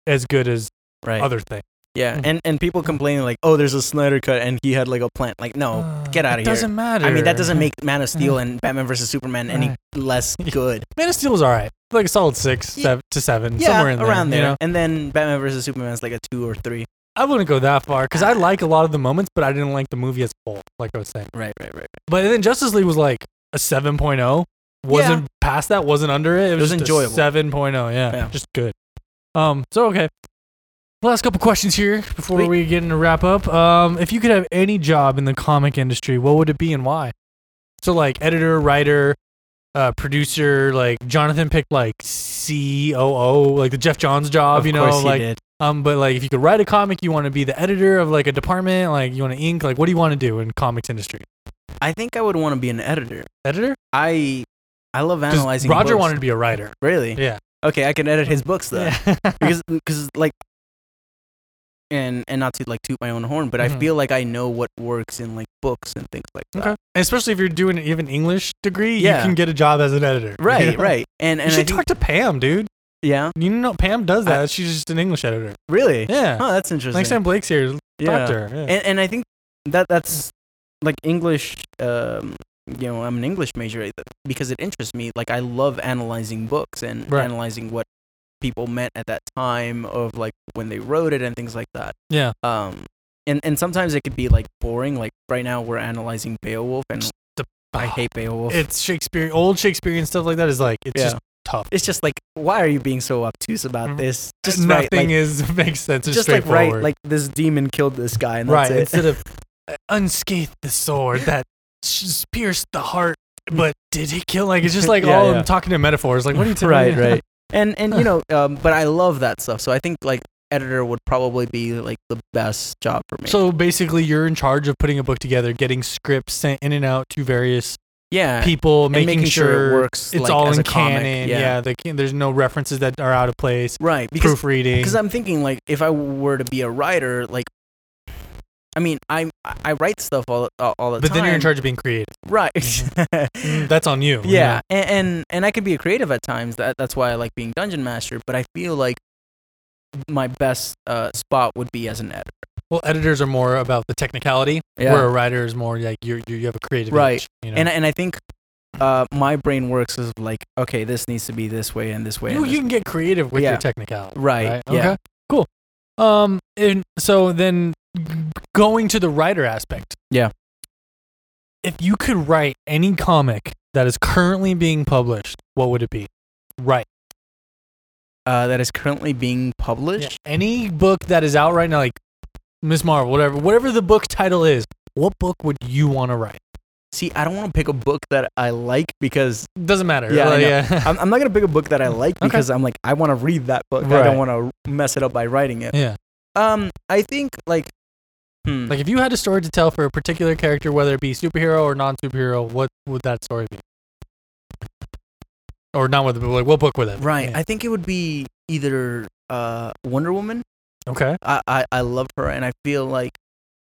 Speaker 1: as good as
Speaker 2: right.
Speaker 1: other things.
Speaker 2: yeah, and and people complaining like, oh, there's a Snyder cut, and he had like a plant. Like, no, Oh, get
Speaker 1: Uh,
Speaker 2: out
Speaker 1: it
Speaker 2: of here.
Speaker 1: Doesn't matter.
Speaker 2: I mean, that doesn't make Man of Steel and Batman versus Superman any
Speaker 1: Right.
Speaker 2: less good.
Speaker 1: Man of Steel is all right, like a solid six
Speaker 2: Ye-
Speaker 1: sev- to seven,
Speaker 2: yeah,
Speaker 1: somewhere in there.
Speaker 2: around there.
Speaker 1: you know?
Speaker 2: And then Batman versus Superman's like a two or three.
Speaker 1: I wouldn't go that far because I
Speaker 2: Ah.
Speaker 1: like a lot of the moments, but I didn't like the movie as a whole, like I was saying.
Speaker 2: Right, right, right.
Speaker 1: But then Justice League was like a 7.0. Wasn't past that, wasn't under it. It was,
Speaker 2: was
Speaker 1: just a
Speaker 2: enjoyable.
Speaker 1: 7.0, yeah,
Speaker 2: Yeah.
Speaker 1: Just good. Um, so okay. Last couple questions here before
Speaker 2: Sweet.
Speaker 1: we get into wrap up. Um, if you could have any job in the comic industry, what would it be and why? So like editor, writer, uh, producer, like Jonathan picked like COO, like the Jeff Johns job,
Speaker 2: of
Speaker 1: you know,
Speaker 2: course
Speaker 1: like
Speaker 2: he did.
Speaker 1: um, but like if you could write a comic, you want to be the editor of like a department, like you want to ink, like what do you want to do in comics industry?
Speaker 2: I think I would want to be an editor.
Speaker 1: Editor?
Speaker 2: I I love
Speaker 1: 'Cause
Speaker 2: analyzing.
Speaker 1: Roger
Speaker 2: books.
Speaker 1: wanted to be a writer.
Speaker 2: really.
Speaker 1: Yeah.
Speaker 2: Okay, I can edit his books though. because because like and and not to like toot my own horn but
Speaker 1: Mhm.
Speaker 2: i feel like i know what works in like books and things like that
Speaker 1: okay. Especially if you're doing you have an English degree,
Speaker 2: Yeah.
Speaker 1: you can get a job as an editor.
Speaker 2: right
Speaker 1: You know?
Speaker 2: right and and
Speaker 1: you
Speaker 2: I
Speaker 1: should
Speaker 2: think,
Speaker 1: talk to Pam, dude.
Speaker 2: yeah
Speaker 1: You know Pam does that. She's just an English editor.
Speaker 2: really
Speaker 1: Yeah.
Speaker 2: oh that's interesting
Speaker 1: Next time Blake's here, talk
Speaker 2: yeah
Speaker 1: to her. Yeah.
Speaker 2: and and i think that that's like english um you know i'm an english major I- because it interests me like i love analyzing books and
Speaker 1: Right.
Speaker 2: analyzing what people meant at that time of like when they wrote it and things like that
Speaker 1: yeah.
Speaker 2: um and and sometimes it could be like boring like right now we're analyzing beowulf and I hate Beowulf.
Speaker 1: Ah, it's Shakespeare old Shakespearean stuff like that is like it's
Speaker 2: Yeah.
Speaker 1: just tough.
Speaker 2: it's just like, why are you being so obtuse
Speaker 1: Mhm.
Speaker 2: about this? Just
Speaker 1: Just nothing
Speaker 2: write, like,
Speaker 1: is makes sense. It's
Speaker 2: just like
Speaker 1: straightforward.
Speaker 2: right, like this demon killed this guy, and
Speaker 1: right
Speaker 2: that's it.
Speaker 1: instead of uh, unscathed the sword that s- pierced the heart but did he kill like it's just like
Speaker 2: Yeah,
Speaker 1: all
Speaker 2: yeah.
Speaker 1: I'm talking in metaphors like what are you talking
Speaker 2: right, right. And and you know, um, but I love that stuff. So I think like editor would probably be like the best job for me.
Speaker 1: so basically you're in charge of putting a book together getting scripts sent in and out to various
Speaker 2: yeah,
Speaker 1: people
Speaker 2: and
Speaker 1: making,
Speaker 2: sure, it works.
Speaker 1: it's
Speaker 2: like,
Speaker 1: all
Speaker 2: as
Speaker 1: in
Speaker 2: a comic,
Speaker 1: canon yeah, the can there's no references that are out of place
Speaker 2: right. Because
Speaker 1: proofreading
Speaker 2: because I'm thinking like if I were to be a writer, like. I mean, I I write stuff all all, all the
Speaker 1: but
Speaker 2: time.
Speaker 1: then you're in charge Mm, of being creative
Speaker 2: right?
Speaker 1: that's on you you
Speaker 2: yeah and, and and i could be a creative at times that that's why i like being dungeon master but i feel like my best uh, spot would be as an editor
Speaker 1: know? well editors are more about the technicality where a writer is more like you're, you you have a creative
Speaker 2: Right.
Speaker 1: edge, you know?
Speaker 2: and, and i think uh, my brain works as like okay this needs to be this way and this way
Speaker 1: You,
Speaker 2: and
Speaker 1: you
Speaker 2: this-
Speaker 1: can get creative with
Speaker 2: Yeah.
Speaker 1: your technicality.
Speaker 2: right, yeah
Speaker 1: Okay. Cool. Um. And so then, going to the writer aspect.
Speaker 2: Yeah.
Speaker 1: If you could write any comic that is currently being published, what would it be? Right.
Speaker 2: uh, that is currently being published
Speaker 1: Any book that is out right now, like Miss Marvel, whatever, whatever the book title is, what book would you want to write?
Speaker 2: see i don't want to pick a book that i like because
Speaker 1: Doesn't matter.
Speaker 2: Yeah, I
Speaker 1: Like,
Speaker 2: know.
Speaker 1: yeah.
Speaker 2: i'm, I'm not going to pick a book that i like
Speaker 1: Okay.
Speaker 2: because i'm like i want to read that book i
Speaker 1: Right.
Speaker 2: don't want to mess it up by writing it
Speaker 1: yeah.
Speaker 2: um i think like hmm.
Speaker 1: Mm-hmm. Like if you had a story to tell for a particular character, whether it be superhero or non-superhero, what would that story be? Or not with but like what book would that? be?
Speaker 2: Right.
Speaker 1: Yeah.
Speaker 2: I think it would be either uh, Wonder Woman.
Speaker 1: Okay.
Speaker 2: I, I I love her, and I feel like,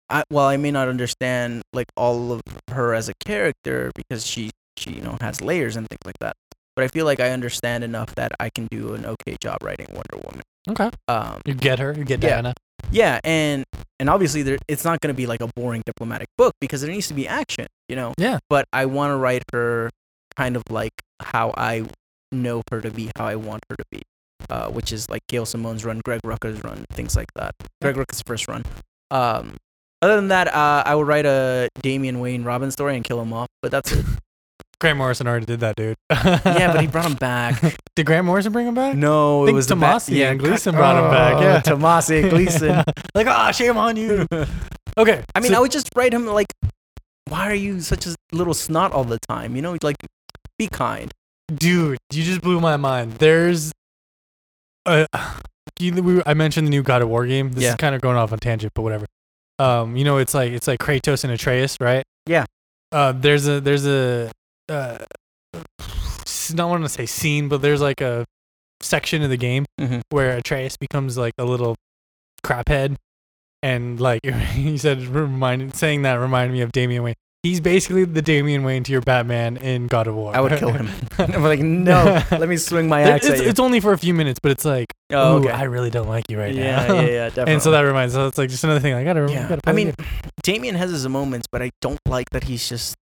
Speaker 2: I while I may not understand like all of her as a character because she she you know has layers and things like that, but I feel like I understand enough that I can do an okay job writing Wonder Woman.
Speaker 1: Okay.
Speaker 2: Um.
Speaker 1: You get her. You get
Speaker 2: Yeah.
Speaker 1: Diana.
Speaker 2: Yeah, and and obviously there it's not going to be like a boring diplomatic book because there needs to be action, you know.
Speaker 1: Yeah.
Speaker 2: But I want to write her kind of like how I know her to be, how I want her to be, uh, which is like Gail Simone's run, Greg Rucka's run, things like that. Greg Rucka's first run. Um, other than that, uh, I would write a Damian Wayne Robin story and kill him off, but that's it.
Speaker 1: Grant Morrison already did that, dude.
Speaker 2: yeah, but he brought him back.
Speaker 1: did Grant Morrison bring him back?
Speaker 2: No,
Speaker 1: Think
Speaker 2: it was the ba-
Speaker 1: Tomasi and Gleason brought him back,
Speaker 2: Oh,
Speaker 1: yeah.
Speaker 2: Tomasi and Gleason.
Speaker 1: like ah, shame on you. Okay.
Speaker 2: I mean,
Speaker 1: so-
Speaker 2: I would just write him like, "Why are you such a little snot all the time? You know, like, be kind."
Speaker 1: dude, you just blew my mind. There's, uh, you, we, I mentioned the new God of War game. This
Speaker 2: Yeah.
Speaker 1: is kind of going off on tangent, but whatever. Um, you know, it's like it's like Kratos and Atreus, right?
Speaker 2: Yeah.
Speaker 1: Uh, there's a there's a uh, s- not want to say scene, but there's like a section of the game
Speaker 2: Mhm.
Speaker 1: where Atreus becomes like a little craphead, and like he said, reminded saying that reminded me of Damian Wayne. He's basically the Damian Wayne to your Batman in God of War.
Speaker 2: I would kill him. I'm like, no, let me swing my axe
Speaker 1: it's,
Speaker 2: at you.
Speaker 1: it's only for a few minutes, but it's like,
Speaker 2: oh,
Speaker 1: ooh,
Speaker 2: okay.
Speaker 1: I really don't like you right
Speaker 2: yeah,
Speaker 1: now.
Speaker 2: yeah, yeah, definitely.
Speaker 1: and so that reminds us. It's like just another thing. I gotta.
Speaker 2: Yeah.
Speaker 1: gotta play
Speaker 2: I
Speaker 1: the
Speaker 2: mean,
Speaker 1: game.
Speaker 2: Damien has his moments, but I don't like that he's just,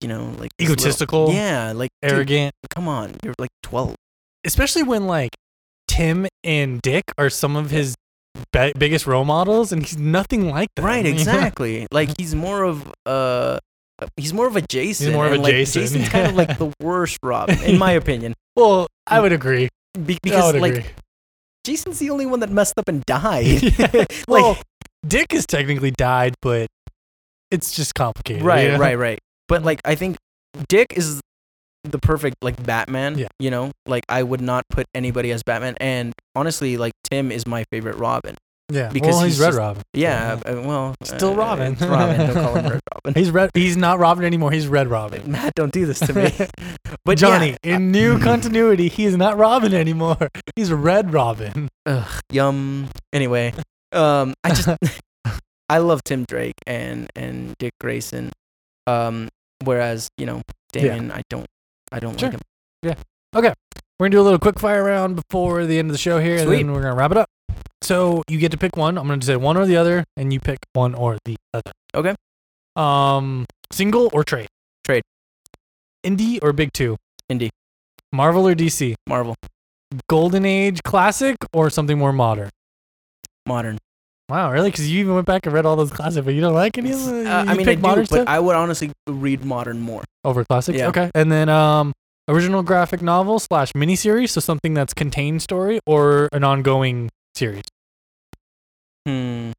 Speaker 2: you know, like this little-
Speaker 1: egotistical,
Speaker 2: yeah, like dude,
Speaker 1: arrogant.
Speaker 2: come on, you're like twelve.
Speaker 1: especially when like Tim and Dick are some of his be- biggest role models, and he's nothing like that.
Speaker 2: Right, exactly. like he's more of uh, he's more of a Jason.
Speaker 1: more of
Speaker 2: and,
Speaker 1: a
Speaker 2: like,
Speaker 1: Jason,
Speaker 2: Jason's kind of
Speaker 1: yeah.
Speaker 2: like the worst Robin, in my opinion,
Speaker 1: well, I would agree.
Speaker 2: Be- because
Speaker 1: I would
Speaker 2: like
Speaker 1: agree.
Speaker 2: Jason's the only one that messed up and died.
Speaker 1: Yeah.
Speaker 2: like
Speaker 1: well, Dick is technically died, but it's just complicated.
Speaker 2: right,
Speaker 1: you know?
Speaker 2: right, right. But like I think Dick is the perfect like Batman.
Speaker 1: Yeah.
Speaker 2: You know, like I would not put anybody as Batman, and honestly, like Tim is my favorite Robin.
Speaker 1: Yeah,
Speaker 2: Because
Speaker 1: well, he's,
Speaker 2: he's
Speaker 1: Red
Speaker 2: just-
Speaker 1: Robin.
Speaker 2: Yeah, uh, well,
Speaker 1: Still
Speaker 2: uh,
Speaker 1: Robin.
Speaker 2: it's Robin. Don't call him Red Robin.
Speaker 1: He's red. He's not Robin anymore. He's Red Robin.
Speaker 2: Matt, don't do this to me. But
Speaker 1: Johnny,
Speaker 2: yeah,
Speaker 1: in new continuity, he is not Robin anymore. He's Red Robin.
Speaker 2: ugh, yum. Anyway, um, I just I love Tim Drake and and Dick Grayson, um, whereas you know Damon, I don't, I don't
Speaker 1: Sure.
Speaker 2: like him.
Speaker 1: We're gonna do a little quick fire round before the end of the show here,
Speaker 2: Sweet.
Speaker 1: and then we're gonna wrap it up. So you get to pick one. I'm gonna say one or the other, and you pick one or the other.
Speaker 2: Okay.
Speaker 1: Um, single or trade?
Speaker 2: Trade.
Speaker 1: Indie or big two?
Speaker 2: Indie.
Speaker 1: Marvel or DC?
Speaker 2: Marvel,
Speaker 1: Golden Age classic or something more modern?
Speaker 2: modern.
Speaker 1: Wow, really? Because you even went back and read all those classics, but you don't like any of them?
Speaker 2: Uh,
Speaker 1: You
Speaker 2: I mean, I
Speaker 1: pick
Speaker 2: do,
Speaker 1: modern
Speaker 2: but
Speaker 1: stuff
Speaker 2: I would honestly read modern more.
Speaker 1: over classics.
Speaker 2: Yeah.
Speaker 1: Okay. And then um, original graphic novel slash miniseries, so something that's contained story or an ongoing series.
Speaker 2: Hmm.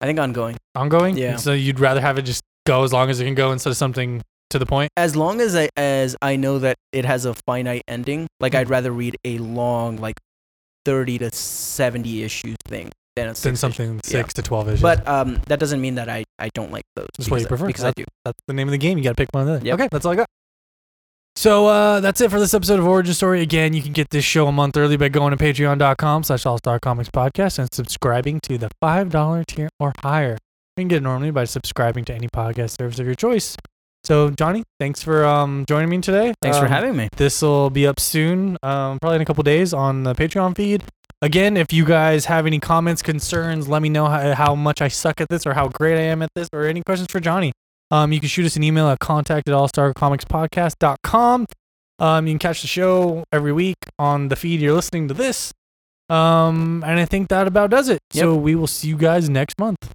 Speaker 2: I think ongoing.
Speaker 1: ongoing.
Speaker 2: Yeah.
Speaker 1: And So you'd rather have it just go as long as it can go instead of something to the point.
Speaker 2: As long as I as I know that it has a finite ending, like
Speaker 1: Hmm.
Speaker 2: I'd rather read a long, like thirty to seventy issue thing than a
Speaker 1: Than
Speaker 2: six issue.
Speaker 1: something six to twelve issues.
Speaker 2: But um, that doesn't mean that I, I don't like those.
Speaker 1: Just what you
Speaker 2: because I-
Speaker 1: prefer. Uh,
Speaker 2: Because I do.
Speaker 1: that's the name of the game. You got to pick one of the other.
Speaker 2: Yep.
Speaker 1: Okay, that's all I got. So uh, that's it for this episode of Origin Story. Again, you can get this show a month early by going to patreon.com slash all star comics podcast and subscribing to the $5 tier or higher. You can get it normally by subscribing to any podcast service of your choice. So, Johnny, thanks for um, joining me today.
Speaker 2: Thanks for
Speaker 1: Um,
Speaker 2: having me.
Speaker 1: This will be up soon, um, probably in a couple days on the Patreon feed. Again, if you guys have any comments, concerns, let me know how, how much I suck at this or how great I am at this or any questions for Johnny. Um, you can shoot us an email at contact at allstarcomicspodcast.com. Um, you can catch the show every week on the feed you're listening to this. Um, and I think that about does it.
Speaker 2: Yep.
Speaker 1: So we will see you guys next month.